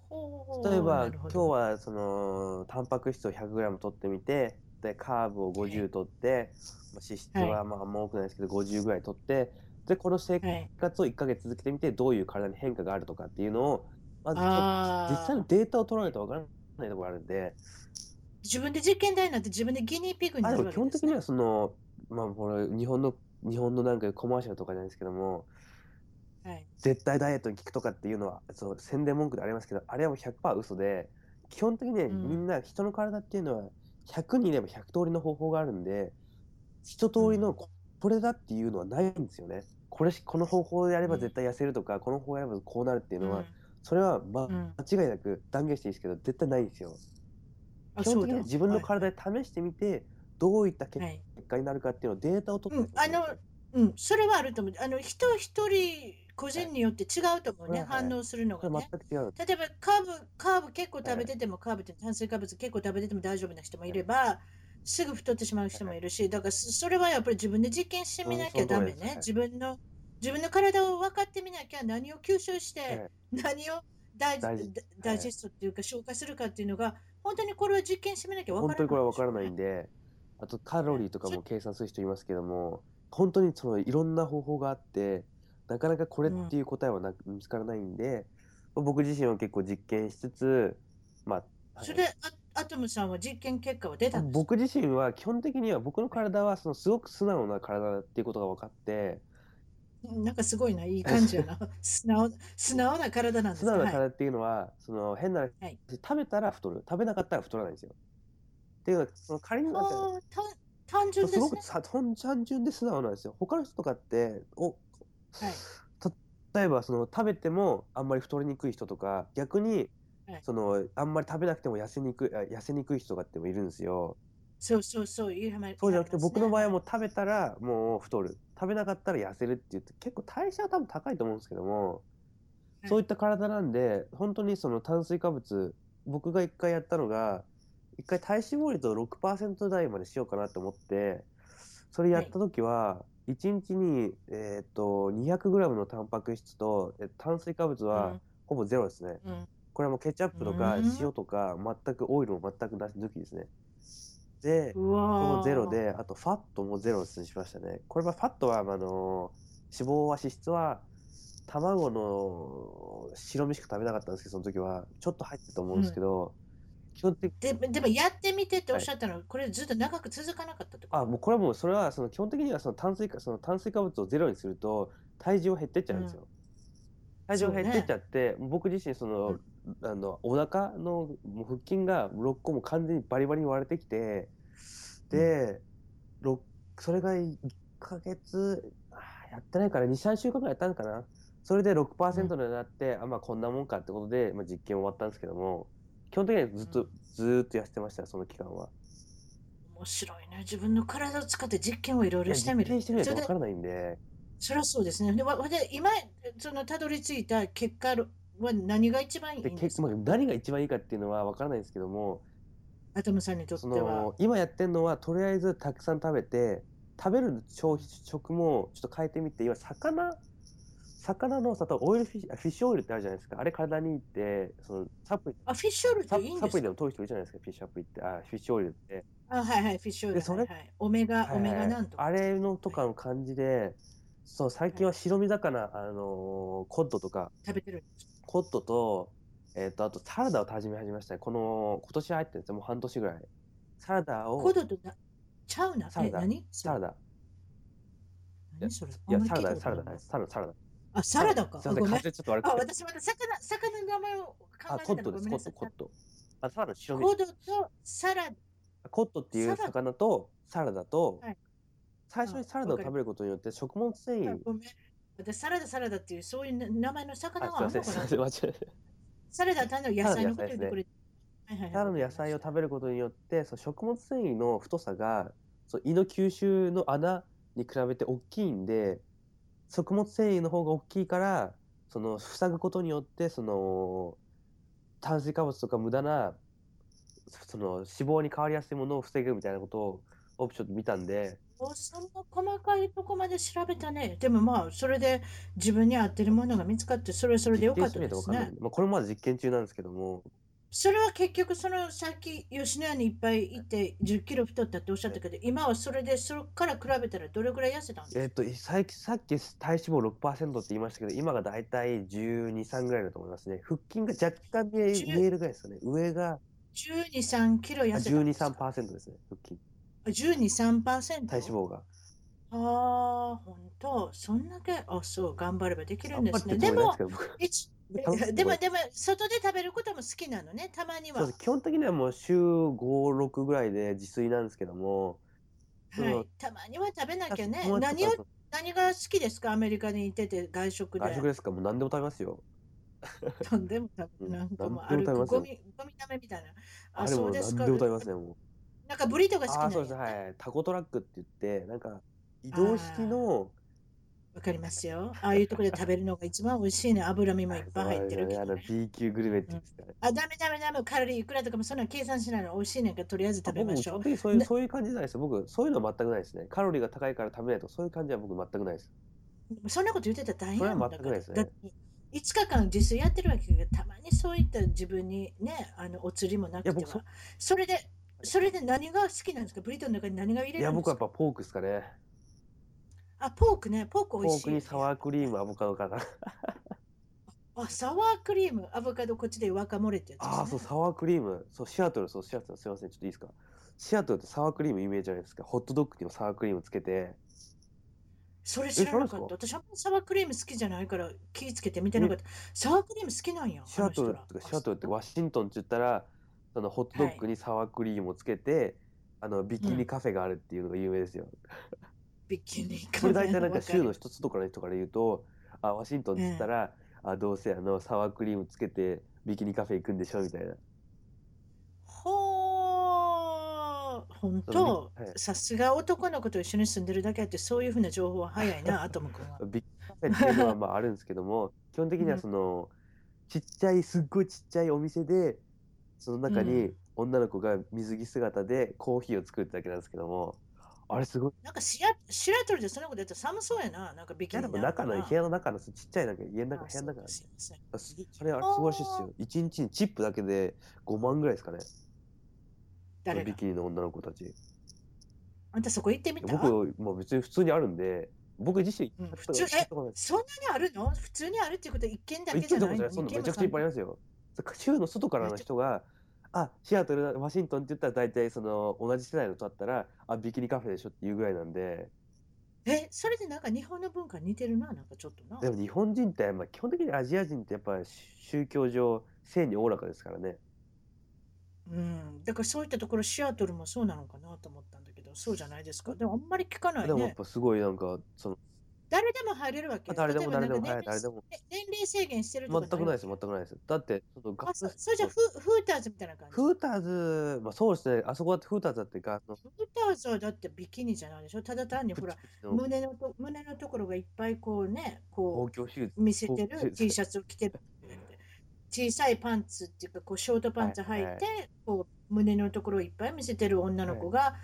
A: ほう
B: 例え
A: な
B: ば
A: るほ
B: 今
A: ど
B: 日はそのタンパク質を 100g 取ってみてでカーブを50取って、まあ脂質はまああんま多くないですけど50ぐらい取ってでこの生活
A: はい、
B: 生活を1ヶ月続けてみてどういう体に変化があるとかっていうのをまずちょっと
A: あ
B: 実際
A: ー
B: のデータを取らないとわからないところがあるんで
A: 自分で実験台になって自分でギニーピグに
B: あ
A: なる
B: でも
A: わ
B: 基
A: け
B: 本
A: で
B: 的
A: す、
B: に
A: ね、
B: はそのまあこれ日本の日本のなんかコマーシャルとかじゃないですけども
A: はい、
B: 絶対ダイエットに効くとかっていうのはその宣伝文句でありますけどあれはもう100%嘘で基本的にね
A: うん
B: みんな人の体っていうのは100人いれば100通りの方法があるんで一通りのここれだっていうのはないんですよね。これしこの方法でやれば絶対痩せるとか、この方法をやればこうなるっていう
A: う
B: のは、
A: ん
B: それはまあ
A: うん、
B: 間違いなく断言していいですけど絶対ないんですよ。
A: あ
B: 基本
A: そう
B: 的に
A: だ
B: は自分の
A: は
B: 体で試してみてどういった
A: い、は
B: 結
A: い
B: 果になるかっていうのをデータを取っ
A: う
B: て
A: ん、あの、うん、それはあると思う。あの、人一人、個人によって違うと思うね、
B: はいはい
A: 反応するの
B: こ
A: が
B: れ
A: ね。
B: 全く違う
A: 例えば、カーブ、カーブ結構食べてても、カーブって炭水化物結構食べてても大丈夫な人もいれば、すぐ太ってしまう人もいるし、だからそそれはやっぱり自分で実験してみなきゃ
B: うんそ
A: ダ
B: の通
A: メ
B: りですは
A: ね
B: い。
A: 自分の、自分の体を分かってみなきゃ何を吸収して、何をダイジ
B: ダイジ
A: ダダイジェストっていうか消化するかっていうのが、本当にこれは実験してみなきゃ分
B: 本
A: からない。
B: 当にこれは分からないんであとカロリーとかも計算する人いますけども本当にそのいろんな方法があってなかなかこれっていう答えはなく見つからないんで、僕自身は結構実験しつつまあはい
A: それで、あアトムさんは実験結果は出たんですか
B: 僕自身は基本的には僕の体はそのすごく素直な体だっていうことが分かって
A: なんかすごいな、いい感じ やな。素直、素直な体なんです
B: 素
A: か
B: 直な
A: はい
B: 体っていうのは、その変な話、
A: はい
B: 食べたら太る食べなかったら太らないんですよ。っていうのはその仮になんて
A: あー単単純ですす
B: ご
A: ね。
B: くさ単単純で素直なんですよ。他の人とかってお
A: はい。
B: 例えばその食べてもあんまり太りにくい人とか逆に、
A: はい
B: そのあんまり食べなくても痩せにくいあ痩せにくい人とかってもいるんですよ。
A: そうそうそう、言いはま
B: そうじゃなくて僕の場合は
A: も。
B: もう食べたらもう太る食べなかったら痩せるって言って結構代謝は多分高いと思うんですけども、
A: はい
B: そういった体なんで本当にその炭水化物僕が一回やったのが一回体脂肪率を6%台までしようかなと思ってそれやった時は、 1日に、えーっと 200g のタンパク質とえー炭水化物はほぼゼロですね、
C: うんうん
B: これはもうケチャップとか
C: うん
B: 塩とか全くオイルも全く出し抜きですねで
C: うわ
B: これ
C: ー
B: もゼロであとファットもゼロにしましたねこれはファットは、まああのー脂肪は脂質は卵の白身しか食べなかったんですけどその時はちょっと入ってたと思うんですけど、基本的
A: ででもやってみてっておっしゃったのは、これずっと長く続かなかったってこと
B: あもうこれはもうそれはその基本的にはその炭水化その炭水化物をゼロにすると体重は減ってっちゃうんですよ。体重が減ってっちゃって、僕自身その、あのお腹のもう腹筋が6個も完全にバリバリに割れてきてで、ろそれが1ヶ月あーやってないから23週間ぐらいやったのかなそれで6%になって、あまあこんなもんかってことで、まあ、実験終わったんですけども基本的にはずっと、
C: う
B: ずーっと痩せてましたその期間は。
A: 面白いね自分の体を使って実験をいろいろしてみ
B: 実験
A: る
B: してみない
A: そ
B: と
A: れ
B: 分
A: で
B: からないんで。
A: そりゃそうですねでわわで今そのたどり着いた結果は何が一番いい
B: で
A: んです
B: 結
A: か
B: まあ何が一番いいかっていうのは分からないんですけども
A: アトムさんにとって
B: そ
A: は
B: の今やってるのはとりあえずたくさん食べて食べる消費食もちょっと変えてみて今魚魚のさオイルフィッシュあフィッシュオイルってあるじゃないですかあれ体にいいってそのサプリ
A: あフィッシュオイルっ
B: サ
A: ていいん
B: サ
A: です
B: プリで
A: か
B: も取る人いるじゃないですかフィッシュアップリってあフィッシュオイルって、
A: あはいはいフィッシュオイル
B: でそれ
A: はいはい、オメガ、
B: はい
A: オメガなんとか
B: あれのとかの感じでそう最近は白身魚、あのーコッドとか
A: 食べてる
B: コットと、えっ、と、あとサラダを始め始めましたね。この、今年入ってるんですよ。もう半年ぐらい。サラダ
A: コ
B: を、
A: ドとなちゃうな
B: サラ
A: え
B: ダ
A: 何
B: サラダ。
A: 何それ
B: いや、
A: あん
B: サ
A: ま
B: ラ
A: り聞
B: ダ、
A: いたことない
B: サラダです、サラダ、サラダ。
A: あサラダか
B: すい
A: あ
B: ませ
A: ご
B: ん、
A: めん
B: 風ちょっと悪く
A: あ
B: て。
A: 私また魚魚の名前を考
B: あ、
A: え
B: コ
A: て
B: ッ
A: た
B: ト
A: の
B: で
A: ご
B: す、
A: めん
B: コ
A: な
B: ッ
A: さい
B: ト、コット。あ、サラダ、白身
A: コ。ドとサラダ
B: コットっていう
A: サラダ
B: 魚と、サラダと、
A: はい
B: 最初にサラダを食べることによって食物繊維、
A: ごめん。私、サラダサラダっていう、そういうな名前の魚
B: あ、
A: が
B: すい
A: ある
B: ませ
A: の
B: ん、すい
A: か
B: ま
A: な
B: せん、間違えた。
A: サラダ単なる野菜のこと言ってくれて。
B: サラダの野菜を食べることによって、そう食物繊維の太さが、そう胃の吸収の穴に比べて大きいんで、食物繊維の方が大きいから、その塞ぐことによって、その炭水化物とか無駄なその脂肪に変わりやすいものを防ぐみたいなことをオプションで見たんで、
A: おそんな細かいとこまで調べたね。でもまあ、それで自分に合ってるものが見つかって、それはそれでよかった
B: 実験して
A: で
B: みないとわ
A: す
B: かんない
A: ね
B: ん。で。まあこれもまだ実験中なんですけども、
A: それは結局、そのさっき吉野家にいっぱい行って10キロ太ったっておっしゃったけど、今はそれでそれから比べたらどれぐらい痩せたんです
B: えっ
A: か
B: と最近さっき体脂肪6%って言いましたけど今がだいたい1 2 3ぐらいだと思いますね腹筋が若干見え
A: 10
B: 見えるぐらいですかね上が
A: ?12、3キロ
B: あ
A: 痩せたん
B: 12
A: です
B: 3
A: か
B: パーセントですね腹筋
A: 12、3%?
B: 体脂肪が
A: ああ、本当、そんだけ、あ、そう、頑張ればできるん
B: 頑
A: で
B: 張っ
A: す
B: て
A: ね。で
B: と思いま
A: も
B: す、けど僕
A: 一
B: 楽しい
A: でも、
B: と思います
A: でも、外で食べることも好きなのね、たまに
B: そう
A: は。
B: です基本的にはもう週56ぐらいで自炊なんですけどもそう
A: はい、たまには食べなきゃね。
B: 友達
A: 何
B: と
A: を
B: か、と
A: 何が好きですか、アメリカにいてて、外食で。
B: 外食ですかもう何でも食べますよ
A: とんでも食べ
B: うん
A: なんかもう
B: 何
A: 歩
B: でも
A: く、
B: 食べ
A: ゴ
B: ます
A: ミ、ゴミためみたいな。
B: あ
A: あ、
B: れ
A: そ
B: も
A: う
B: う
A: です
B: 何
A: か。
B: でも食べますねもう
A: なんかブリトーが好き
B: あ
A: な
B: あ
A: ん
B: そうです
A: や
B: ね
A: ね
B: はいタコトラックって言ってなんか移動式の
A: わかりますよ。ああいうところで食べるのが一番美味しいね。脂身もいっぱい入ってるけ
B: あ
A: ど
B: の
A: ね。
B: B 級グルメって言ってたね
A: あ、ダメダメダメ、カロリーいくらとかもそんなの計算しないの美味しいねんから、とりあえず食べ
B: 僕
A: ま
B: も
A: し
B: 基
A: ょう
B: 本。的にそういう
A: な
B: そういう感じじゃないですよ僕そういうのは全くないですねカロリーが高いから食べないとかそういう感じは僕全くないです
A: そんなこと言ってたら大変
B: それは
A: やもんだ
B: 全
A: か
B: くな
A: ら。
B: いですね
A: だって5日間自炊やってるわけがたまにそういった自分にね、あのお釣りもなく
B: いや
A: て
B: 僕そ
A: は。それで、それで何が好きなんですかブリトーの中に何が入れ
B: い
A: る
B: や
A: んで
B: 僕は
A: す
B: やっ
A: か
B: ぱポークですかね
A: あ、ポークね、ポーク
B: ポ
A: 美味
B: ー
A: しい
B: ク
A: よね、
B: にサワークリームアボカドかな
A: あ、サワークリーム、アボカドこっちで若漏れってやつです、ね。
B: ああーそうサワークリームそうシアトルそうシアトルすいませんちょっといいですかシアトルってサワークリーム有名じゃないですかホットドッグにもサワークリームつけて
A: それ知らな
B: 知
A: からっ
B: な
A: た。私はサワークリーム好きじゃないから気ぃつけて見てなかった。サワークリーム好きなんや。
B: シアトルとかシアトルってワシントンって言ったらそのホットドッグにサワークリームをつけて、あのビキニカフェがあるっていうのが有名ですよ、
A: ビキニ
B: それ大体なんか州の一つとかの人から言うと、あ、ワシントンって言ったら、あ、どうせあの、サワークリームつけてビキニカフェ行くんでしょみたいな。
A: ほー、本当
B: そ、うねはい
A: さすが男の子と一緒に住んでるだけあって、そういうふうな情報は早いな、アトム君は。
B: ビキニカフェっていうのはまああるんですけ ども、基本的にはその、ちっちゃい、すっごいちっちゃいお店で、その中
A: う
B: に女の子が水着姿でコーヒーを作るってだけなんですけども、あれすごい。
A: なんかシアシアトルでそんなことやったら寒そうやな。なんかビキ
B: 部屋
A: ニ
B: の
A: なんか
B: 中
A: な
B: の、部屋の中のちっちゃいなんか家の中、
A: あ
B: 部屋の
A: そうか
B: 中
A: すいません
B: あすげえあれ、あれ素晴らしいっすよ。一日にチップだけで5万ぐらいですかね。
A: 誰
B: ビ
A: が
B: キニの女の子たち。
A: あんたそこ行ってみた
B: 僕、まあ別に普通にあるんで、僕自身、
A: うん
B: 行った
A: 普通
B: ことない行ったことない
A: そんなにあるの普通にあるっていうことは一軒だけ
B: 一
A: じゃ
B: 軒と
A: な
B: か
A: い
B: じゃ
A: の
B: ない、そんな
A: 二軒
B: め
A: も
B: ちゃくちゃいっぱ
A: 三軒も
B: いありますよ。そ州の外からの人が、あ、シアトルだ、ワシントンって言ったら大体その同じ世代の人だったら、あ、ビキニカフェでしょっていうぐらいなんで、
A: え、それでなんか日本の文化似てるな、なんかちょっとな。
B: でも日本人って、まあ、基本的にアジア人ってやっぱ宗教上、性におおらかですからね。
A: うん、だからそういったところシアトルもそうなのかなと思ったんだけど、そうじゃないですか。でもあんまり聞かない
B: でもやっ
A: ね。
B: ぱすごいなんか、その、
A: 誰でも入れるわけ。
B: 誰でも
A: 例えば
B: 誰でも、
A: なんか
B: はい、誰でも。
A: 年齢年齢制限してると
B: 全
A: か
B: くないです、
A: わ
B: 全
A: け
B: くないです。だって、その
A: あ、
B: ガ
A: そう、
B: ス
A: それじゃフーフーターズみたいな感じ。
B: フーターズ、まあそうですね、あそこだってフーターズだってガスの、
A: フーターズはだってビキニじゃないでしょ。ただ単にほら、
B: の
A: 胸のと胸のところがいっぱいこうね、こ
B: 公共手術
A: う見せて
B: そう
A: る T シャツを着てる。小さいパンツっていうか、こうショートパンツ履いて、
B: はい
A: こう胸のところをいっぱい見せてる女の子が、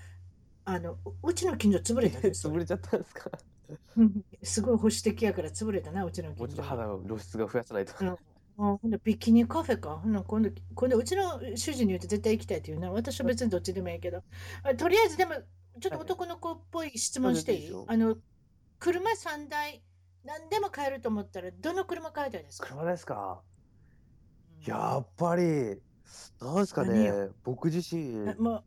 A: あのううちの近所潰れたんですよ
B: 潰れちゃったんですか
A: うん すごい保守的やから潰れたな、うちの近所
B: もうちょっと肌を露出が増やさないと。
A: うんあほんでビキニカフェか。ほんなら今度、今度うちの主人に言って絶対行きたいって言うな。私は別にどっちでもいいけど。あとりあえずでも、ちょっと男の子っぽい質問していい、
B: はいはい
A: あの、車3台、何でも買えると思ったら、どの車買いたいですか
B: 車ですかやっぱり、なんですか
A: 何
B: ね
A: よ、
B: 僕自身
A: な、もう、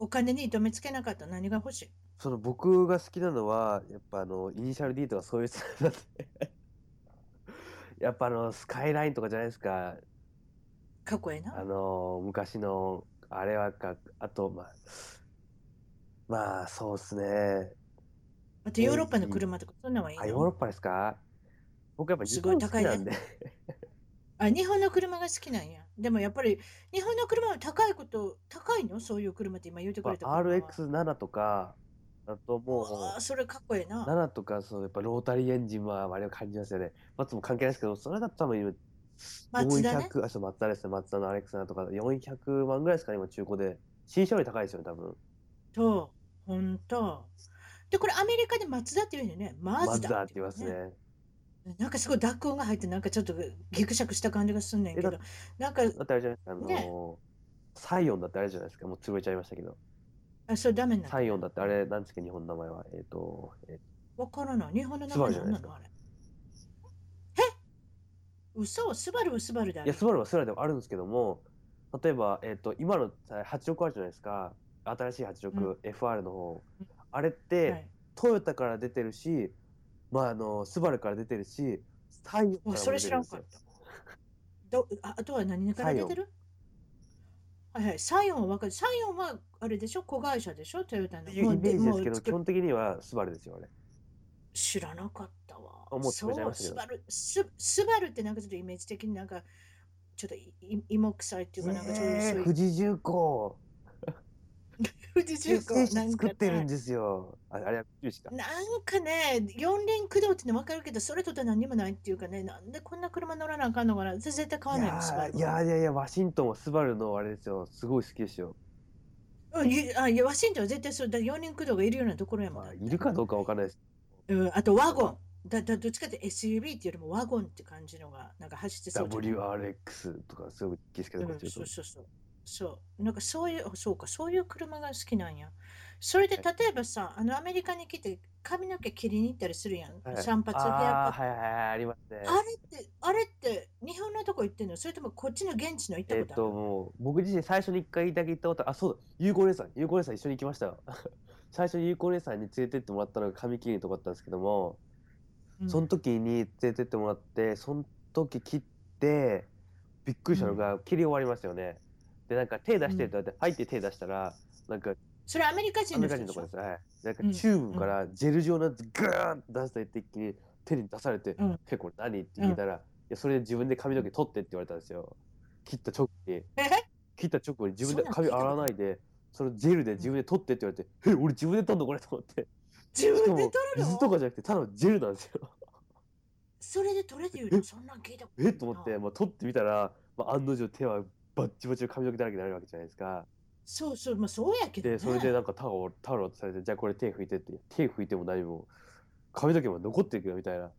A: お金に糸目つけなかったら何が欲しい
B: その僕が好きなのは、やっぱあの、イニシャル D とかそういう人なんで、 やっぱあの、スカイラインとかじゃないですか、
A: かっこええ
B: あ
A: な。
B: の、昔の、あれはか、あと、まあ、まあ、そうですね。
A: あとヨーロッパの車とか、そんなんはいい
B: あ、
A: の
B: ヨーロッパですか僕やっぱ
A: す
B: 日
A: ごい
B: 本好きなんで、
A: あ、日本の車が好きなんや。でもやっぱり、日本の車は高いこと、高いのそういう車って今言うてく
B: まあ
A: れた車は。
B: RX7 とか、あとも
A: ああ、それかっこええ
B: う、
A: な。
B: 7とか、そう、やっぱロータリーエンジンは、あれを感じますよね。松も関係ないですけど、それだと多分今、
A: 松田ね。
B: 400、あ、そう、松田ですね。松田の RX7 とか、400万ぐらいですかね、今中古で。新車より高いですよね、多分。
A: と、本当。で、これアメリカで松田って言うんよね。マ
B: マ
A: ズ
B: ザ
A: ダ
B: ーって言いますね。
A: なんかすごい濁音が入って、なんかちょっとギクシャクした感じがすんねんけ
B: え
A: ど。なんか、
B: だってあれじゃないですか、あのー、サイオンだってあれじゃないですか、もう潰れちゃいましたけど。
A: あ、それダメな
B: サ
A: の
B: イオンだってあれ、なんですか、日本の名前は。えっと、えー
A: わからない。日本の名
B: スバ
A: 前
B: ルじゃ
A: な
B: なんい
A: な
B: ですか
A: のあれ。え嘘スバルはスバルだ。
B: いや、スバルはスバルでもあるんですけども、例えば、えっ、と、今のさ86あるじゃないですか。新しい86、FR の方
A: うん。
B: あれっ
A: は
B: て、
A: い
B: トヨタから出てるし、まあ、あの、スバルから出てるし、サイオンからも
A: わそれ知
B: 出てる
A: ら
B: ん
A: ん
B: です
A: か
B: よ
A: っ。た。どああとは何から出てるはいはい。サイオンはわかる。サイオンはあれでしょ子会社でしょトヨタ
B: っ
A: の。
B: ていうイメージですけ
A: も
B: ど、
A: う
B: 基本的にはスバルですよ、あれ。
A: 知らなかったわ。
B: あもう
A: そ
B: 潰れちゃいましたけ
A: ス
B: ど
A: バルス、スバルってなんかちょっとイメージ的になんか、ちょっといい芋臭いっていうか、なんかちょっと
B: え
A: そうい
B: ー
A: う
B: 富士重工。
A: 富士重工
B: 選
A: な
B: 手
A: んか
B: 作ってるん
A: ね
B: ですよ。あれ、あれは富士か。
A: なんかね、四輪駆動っての分かるけど、それとて何にもないっていうかね、なんでこんな車乗らなあかんのかな。私絶対買わ
B: い
A: ない
B: や
A: の、スバル
B: ー
A: は。
B: いやーいやいや、ワシントンはスバルのあれですよ。すごい好きですよ。
A: うんいあいやワシントンは絶対そうだ、四輪駆動がいるようなところやもん
B: ま
A: だ
B: あ、
A: って。
B: いるかどうかわかんないです。
A: うん、あとワゴン。だだどっちかって SUV っていうよりもワゴンって感じのがなんか走ってそうじゃない
B: WRX とかすごい好きですけど、こっ
A: う
B: ち
A: ん、
B: だと
A: そうそうそう。そう。なんかそういう、そうか、そういう車が好きなんや。それで例
B: は
A: えばさ、あのアメリカに来て髪の毛切りに行ったりするやん。
B: はい
A: 散髪ヘア
B: ああ
A: カッ
B: ー、はいはいはい、ありますね
A: ト。。あれって、あれって日本のとこ行ってんのそれともこっちの現地の行った
B: えっ
A: ことある、
B: と、もう、僕自身最初に一回だけ行ったことあ、そうだ、有効姉さん、有効姉さん一緒に行きました よ。最初に有効姉さんに連れてってもらったのが髪切りのとこだったんですけども、
A: うん
B: その時に連れてってもらって、その時切って、びっくりしたのが、切り終わりますよね。で、なんか手出してって言われて、はいって手出したら、なんか
A: それアメリカ人
B: アメ
A: の
B: リカ
A: 人で
B: 人の
A: し
B: 子
A: ょ
B: です。はい。なんか
A: うん
B: チューブからジェル状のやつガーンって出した一滴に手に出されて、
A: うん
B: え、これ何って聞いたら、いや、それで自分で髪の毛取ってって言われたんですよ。切った直後に、
A: え
B: 切った直後に自分で
A: そん
B: 髪
A: なの聞いたこと
B: 洗わないで、それジェルで自分で取ってって言われて、え、俺自分で取んのこれと思って。
A: 自
B: しか
A: 分で
B: も
A: 取るの
B: 水とかじゃなくて、ただのジェルなんですよ。
A: それで取れて言うの
B: え
A: そんなん聞いたことな
B: え
A: い
B: っと思って、
A: な
B: まあ、取ってみたら、まあ、案の定手はバッチバチの髪の毛だらけになるわけじゃないですか。
A: そうそう、まあそうやけど、ね。
B: でそれでなんかタオルタオルをされてじゃあこれ手拭いてって手拭いても何も髪の毛も残ってるけどみたいな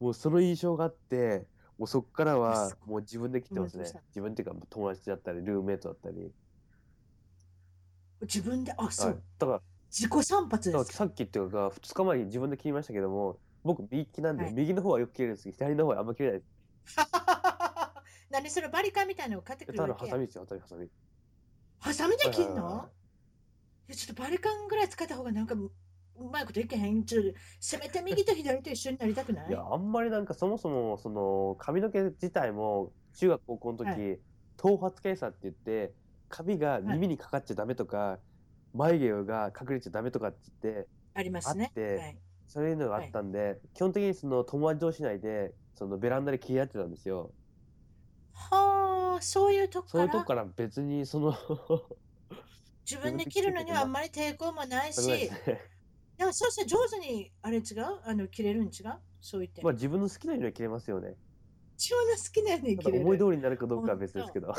B: もうその印象があってもうそこからはもう自分で切ってますね
A: そうそう
B: 自分っていうか友達だったりルームメイトだったり
A: 自分で、あ、そ
B: は
A: う、
B: いだから
A: 自己散髪
B: だ
A: で
B: から
A: すか。
B: さっきっていうか2日前に自分で切りましたけども僕右利きなんで、
A: はい
B: 右の方はよく切れるんですけど左の方はあんま切れないです
A: 何それバリカンみたいなのを買ってくる
B: た
A: わ
B: だの
A: け
B: ハサミですよハサミハサミ
A: ハサミで切ん
B: はいはいはい
A: のいやちょっとバリカンぐらい使った方がなんかううまいこといけへん。ちょっとせめて右と左と一緒になりたくない
B: いやあんまりなんかそもそもその髪の毛自体も中学高校の時、
A: は
B: 頭髪検査って言って髪が耳にかかっちゃダメとか、眉毛が隠れちゃダメとかって言って
A: ありますね
B: あ。って
A: はい
B: そういうのがあったんで、基本的にその友達同士内でそのベランダで切り合ってたんですよ。
A: はあ、そういうとこ
B: そ
A: か
B: ういうと
A: ら
B: こから別にその
A: 自分で切るのにはあんまり抵抗もない
B: そうで
A: し
B: す、ね
A: でもそうしたら上手にあれ違うあの切れるん違うそう言って。
B: まあ自分の好きなようには切れますよね。
A: 自分の好きなように
B: た
A: 切
B: だ
A: れ
B: 思い
A: る。
B: 通りになるかどうかは別ですけど。
A: あ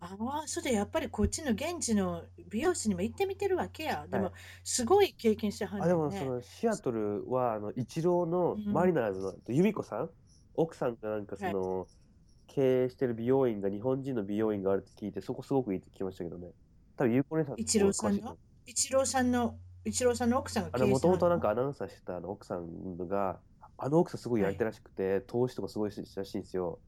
A: あ、そうだ、やっぱりこっちの現地の美容室にも行ってみてるわけや。で
B: は
A: も、すごい経験してはん
B: あで
A: ねん
B: もそ
A: ね。
B: のシアトルはあのイチローの
A: うん
B: マリナーズの由美子さん奥さんがなんかその経営してる美容院が日本人の美容院があるって聞いてそこすごくいいって聞きましたけどね多分ゆうこ姉さん
A: イチローさんの
B: 詳しいと思う
A: イチローさんの、イチローさんの奥さんが経
B: あの
A: 営し
B: も
A: て
B: と
A: は
B: も
A: ん
B: と
A: の
B: なんかアナウンサーしてたあの奥さんがあの奥さんすごいやり手らしくて投資とかすごいしたらしいんですよ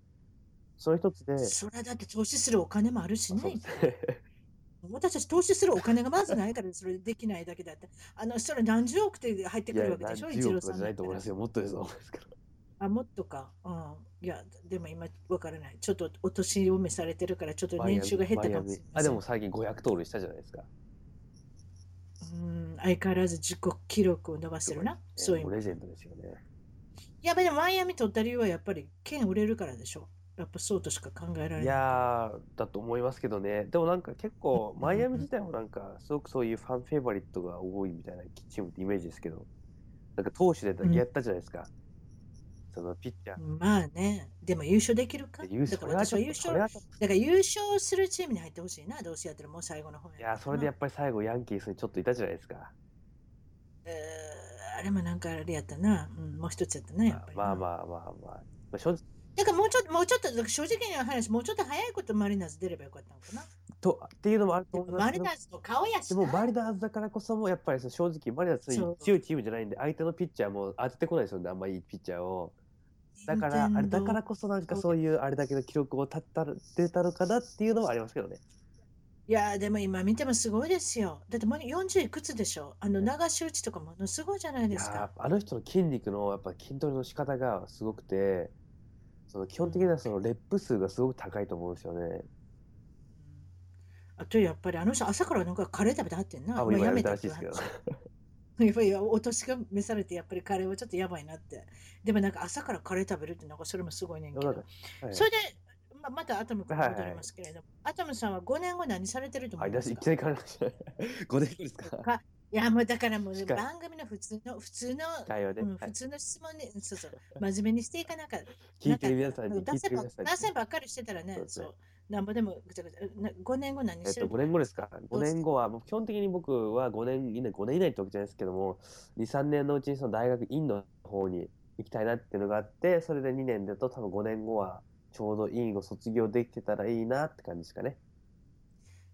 B: その一つで
A: それはだって投資するお金もあるし
B: あそう
A: ね
B: で。すね
A: 私たち投資するお金がまずないから、それできないだけだって。あの、それ何十億って入って
B: い
A: く
B: や
A: るわけでしょ、
B: 何
A: イ
B: 十
A: チロー
B: 億と
A: さ
B: か
A: んだ
B: じゃな
A: っ
B: い
A: た
B: と思いま
A: ら。
B: すよもっとですと思いますけど
A: あ、もっとか。うん。いや、でも今、わからない。ちょっとお年を召されてるから、ちょっと
B: マイア
A: 年
B: ミ
A: 収が減った
B: マイ
A: か
B: ア
A: もし
B: ミ
A: れま
B: あ
A: せ
B: で
A: ん
B: も。最近500トールしたじゃないですか
A: うん、相変わらず自己記録を伸ばしてるな。そういう
B: も
A: 意
B: う
A: 味。
B: レジェンドですよね
A: やっぱりでもマイアミ取った理由はやっぱり券売れるからでしょ。やっぱそうとしか考えられ
B: い
A: ない。
B: やーだと思いますけどね、でもなんか結構、マイアミ自体もなんか、すごくそういうファンフェイバリットが多いみたいなチームってイメージですけど、なんか投手で
A: うん
B: やったじゃないですか、そのピッチャー
A: まあね、でも優勝できるか。
B: で優勝
A: だから私は優
B: そ
A: 勝、
B: れ
A: だ
B: は
A: か
B: ちょっと
A: ら優勝するチームに入ってほしいな、どうせやってるもう最後の方や
B: いやー、それでやっぱり最後、ヤンキースにちょっといたじゃないですか、
A: えーあれもなんかあれやったな、うん、もう一つやったな、やっぱりな。
B: まあまあまあまあ、まあ、正直
A: だからもうちょっと、もうちょっと、だから正直な話、もうちょっと早いことマリナーズ出ればよかったのかな。
B: とっていうのもある
A: で
B: と思い
A: も
B: ま
A: マ
B: す
A: リ
B: けど
A: ナ、ーズの顔やし
B: で
A: な。
B: もマリナーズだからこそも、やっぱりその正直、マリナーズ
A: そう
B: 強いチームじゃないんで、相手のピッチャーも当ててこないですよね、あんまいいピッチャーを。だから、あれだからこそなんかそういうあれだけの記録を立ったら出たのかなっていうのはありますけどね。
A: いやーでも今見てもすごいですよ。だってもう40いくつでしょあの
B: うん
A: 流し打ちとかものすごいじゃない
B: い
A: です
B: や
A: か。
B: ーあの人の筋肉のやっぱ筋トレの仕方がすごくて、その基本的にはそのレップ数がすごく高いと思うんですよね。
A: あとやっぱりあの人朝からなんかカレー食べてはってんな。
B: あ、も
A: も
B: う
A: うや
B: 今や
A: め
B: め
A: た
B: た
A: っ
B: ら
A: て
B: しい
A: いう
B: ですけど。
A: 話 やっぱりお年が召されてやっぱりカレーはちょっとやばいなって。でもなんか朝からカレー食べるってなんかそれもすごいねんけ
B: でもな
A: ど
B: ん。かはい
A: それで、まあ、またアトム君に
B: はい
A: 戻
B: はい
A: りますけれども、アトムさんは5年後何されてると思
B: あ、
A: い
B: いら
A: ま
B: っしゃ
A: す
B: いい
A: か
B: きなり変わりましたね。5年 後ですか。
A: かいやもうだからもう
B: しっかり
A: 番組の普通の普通の、
B: 会話で、
A: うん
B: は
A: 普
B: い
A: 通の質問に、そうそう真面目にしていかなかった。
B: 聞いてる皆さんに
A: 脱
B: 聞いて
A: 線
B: る
A: ば
B: 皆さんに
A: 脱。線ばっかりしてたらね、
B: そうです
A: そ
B: ね
A: う、なんぼでもぐちゃぐちゃ、な5年後何
B: えっ
A: して
B: と、
A: る
B: 5年後ですか
A: ど
B: 5
A: うす
B: 年後はもう基本的に僕は5年以内5年以内ってわけじゃないですけども23年のうちにその大学院の方に行きたいなっていうのがあってそれで2年だと多分5年後はちょうど院を卒業できてたらいいなって感じですかね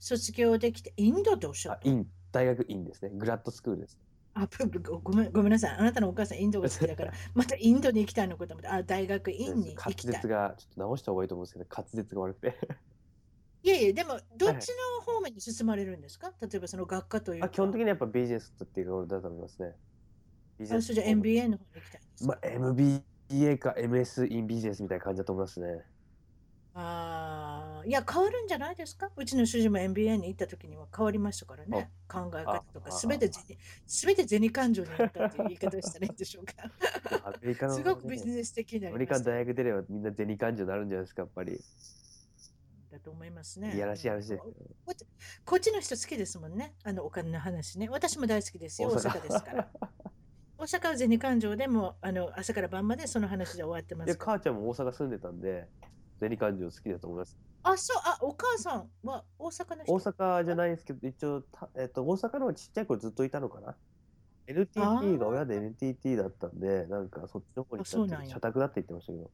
A: 卒業できて、インドとおっしゃ
B: あ
A: った。
B: 院大学院ですねグラッドスクールです
A: あぷごごめん、ごめんなさい。あなたのお母さん、インドが好きだから、 またインドに行きたいのかと思って、あ、大学院に行
B: 滑
A: きたい
B: 舌。がちょっと直した方がいいと思うんですけど滑舌が 悪くて
A: いやいや、でも、どっちの方面に進まれるんですか例えば、その学科という
B: あ基本的
A: に。
B: にやっぱビジネスっていうところだと思いますねビジ
A: あ
B: ネ
A: そ
B: ス
A: れじゃあ MBA の方に行きたいんですか、
B: まあ MBA か MS in ビジネスみたいな感じだと思いま すね
A: ああ、いや、変わるんじゃないですかうちの主人も MBA に行った時には変わりましたからね。考え方とか、
B: あ
A: すべて銭、すべて銭感情になったっていう言い方をしたらいいんでしょうか。
B: アメリカの、
A: す
B: ね、
A: ごくビジネス的にな
B: ア
A: り
B: メリ
A: ま
B: カ
A: し
B: の
A: た
B: 大学出ればみんな銭勘定になるんじゃないですかやっぱり。
A: だと思いますね。
B: いやらしい話ですよ
A: こっちこっちの人好きですもんね。あのお金の話ね。私も大好きですよ。大
B: 大
A: 阪
B: 阪
A: です から。大阪は銭勘定でもうあの朝から晩までその話で終わってま
B: いや
A: すから。
B: 母ちゃんも大阪住んでたんでゼリカンジ好きだと思います。
A: あ、そう、あ、お母さんは大阪の人。
B: 大阪じゃないんですけど、一応た、えっと、大阪の方がちっちゃい頃ずっといたのかな。
A: あー
B: NTT が親で NTT だったんで、なんかそっちの方に行
A: あそう
B: っ
A: なん
B: た
A: や
B: 社宅だって言ってましたけど。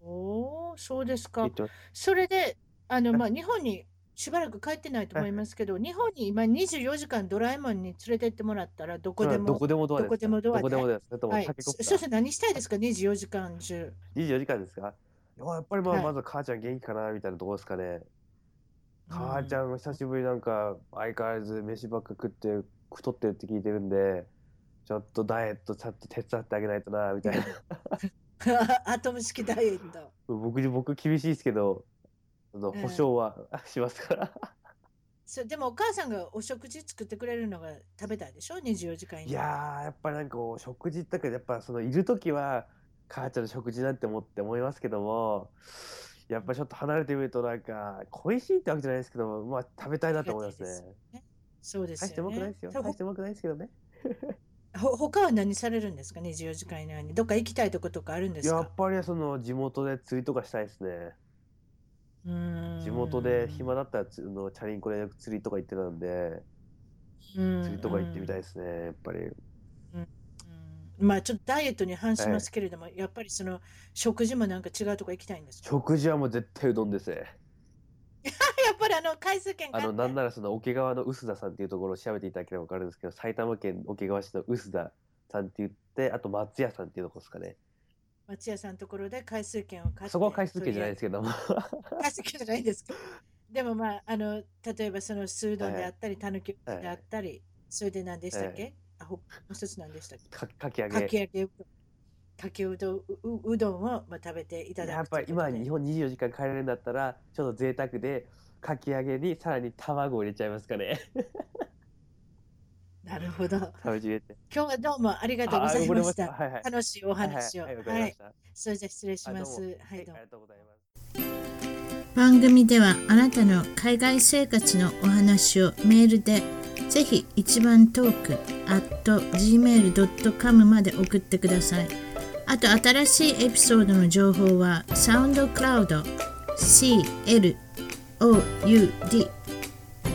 A: おお、そうです
B: 言
A: か
B: っ。てまし
A: それで、あの、
B: はい
A: まあ、日本にしばらく帰ってないと思いますけど、日本に今24時間ドラえもんに連れてってもらったら、どこで
B: たど
A: も。
B: こでもドアです。
A: どこでもドアで
B: どこでもです。だともう
A: はい。
B: 駆け込
A: そ
B: む
A: そ
B: か
A: して何したいですか、24時間中。
B: ら24時間ですかいややっぱりま
A: は
B: あ、
A: い
B: まず母ちゃん元気かなみたいなところですかね。母ち
A: う
B: ゃんが久しぶりなんか相変わらず飯ばっか食って太ってるって聞いてるんでちょっとダイエットちゃんと手伝ってあげないとなみたい な
A: アトム式ダイエット。
B: 僕僕厳しいですけどその
A: うん
B: 保証は しますから、
A: そう、でもお母さんがお食事作ってくれるのが食べたいでしょ ?24 時間以内
B: いやーやっぱなんかこう食事ったけどやっぱそのいる時は母ちゃんの食事なんて思って思いますけどもやっぱちょっと離れてみるとなんか恋しいってわけじゃないですけどもまあ食べたいなと思います
A: ありが
B: ね
A: そうです
B: 大してう
A: よ
B: まく
A: ね。
B: ないですよ
A: た
B: 大してうまくないですけどね
A: ほ他は何されるんですか24時間以内に。どっか行きたいとことかあるんです
B: や
A: か
B: っぱりその地元で釣りとかしたいですね
A: うーん
B: 地元で暇だったらつあのチャリンコでよく釣りとか行ってたんで釣りとか行ってみたいですねやっぱり
A: うんまあちょっとダイエットに反しますけれども、やっぱりその食事もなんか違うとこ行きたいんですか
B: 食事はもう絶対うどんですね
A: やっぱりあの回数券
B: あ
A: 買
B: の
A: っ
B: なん
A: て
B: ならその桶川の臼田さんっていうところを調べていただければ分かるんですけど埼玉県桶川市の臼田さんって言ってあと松屋さんっていうとこですかね
A: 松屋さんのところで回数券を買って
B: そこは回数券じゃないですけども
A: とりあえず回数券じゃないんですけどでもまああの例えばそのスードンであったりたぬきであったり、それで何でしたっけ、あほもう一つ何でしたっけ
B: かかき揚
A: か
B: げ
A: き揚げうどんかきうどんうううどんをまあ食べていただく
B: やっぱり今
A: という
B: 日
A: こ
B: 本24時間帰れるんだったらちょっと贅沢でかき揚げにさらに卵を入れちゃいますかね
A: とでなるほど
B: 食べち入れて
A: 今日はどうもありがとうございました
B: あはいはい
A: 楽しいお話を
B: はいはい、はい、わか
A: は
B: りま
A: い
B: した、
A: それじゃ失礼しま
B: あどう
A: す。はい、どうも
B: あり。がとうございます
A: 番組ではあなたの海外生活のお話をメールでぜひ一番トーク at gmail.com まで送ってくださいあと新しいエピソードの情報はサウンドクラウド CLOUD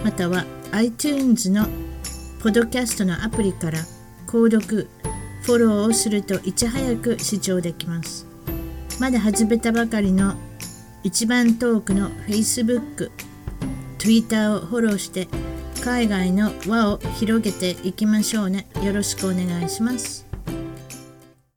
A: または iTunes のポッドキャストのアプリから購読フォローをするといち早く視聴できますまだ始めたばかりの一番トークの Facebook、Twitter をフォローして海外の輪を広げていきましょうね。よろしくお願いします。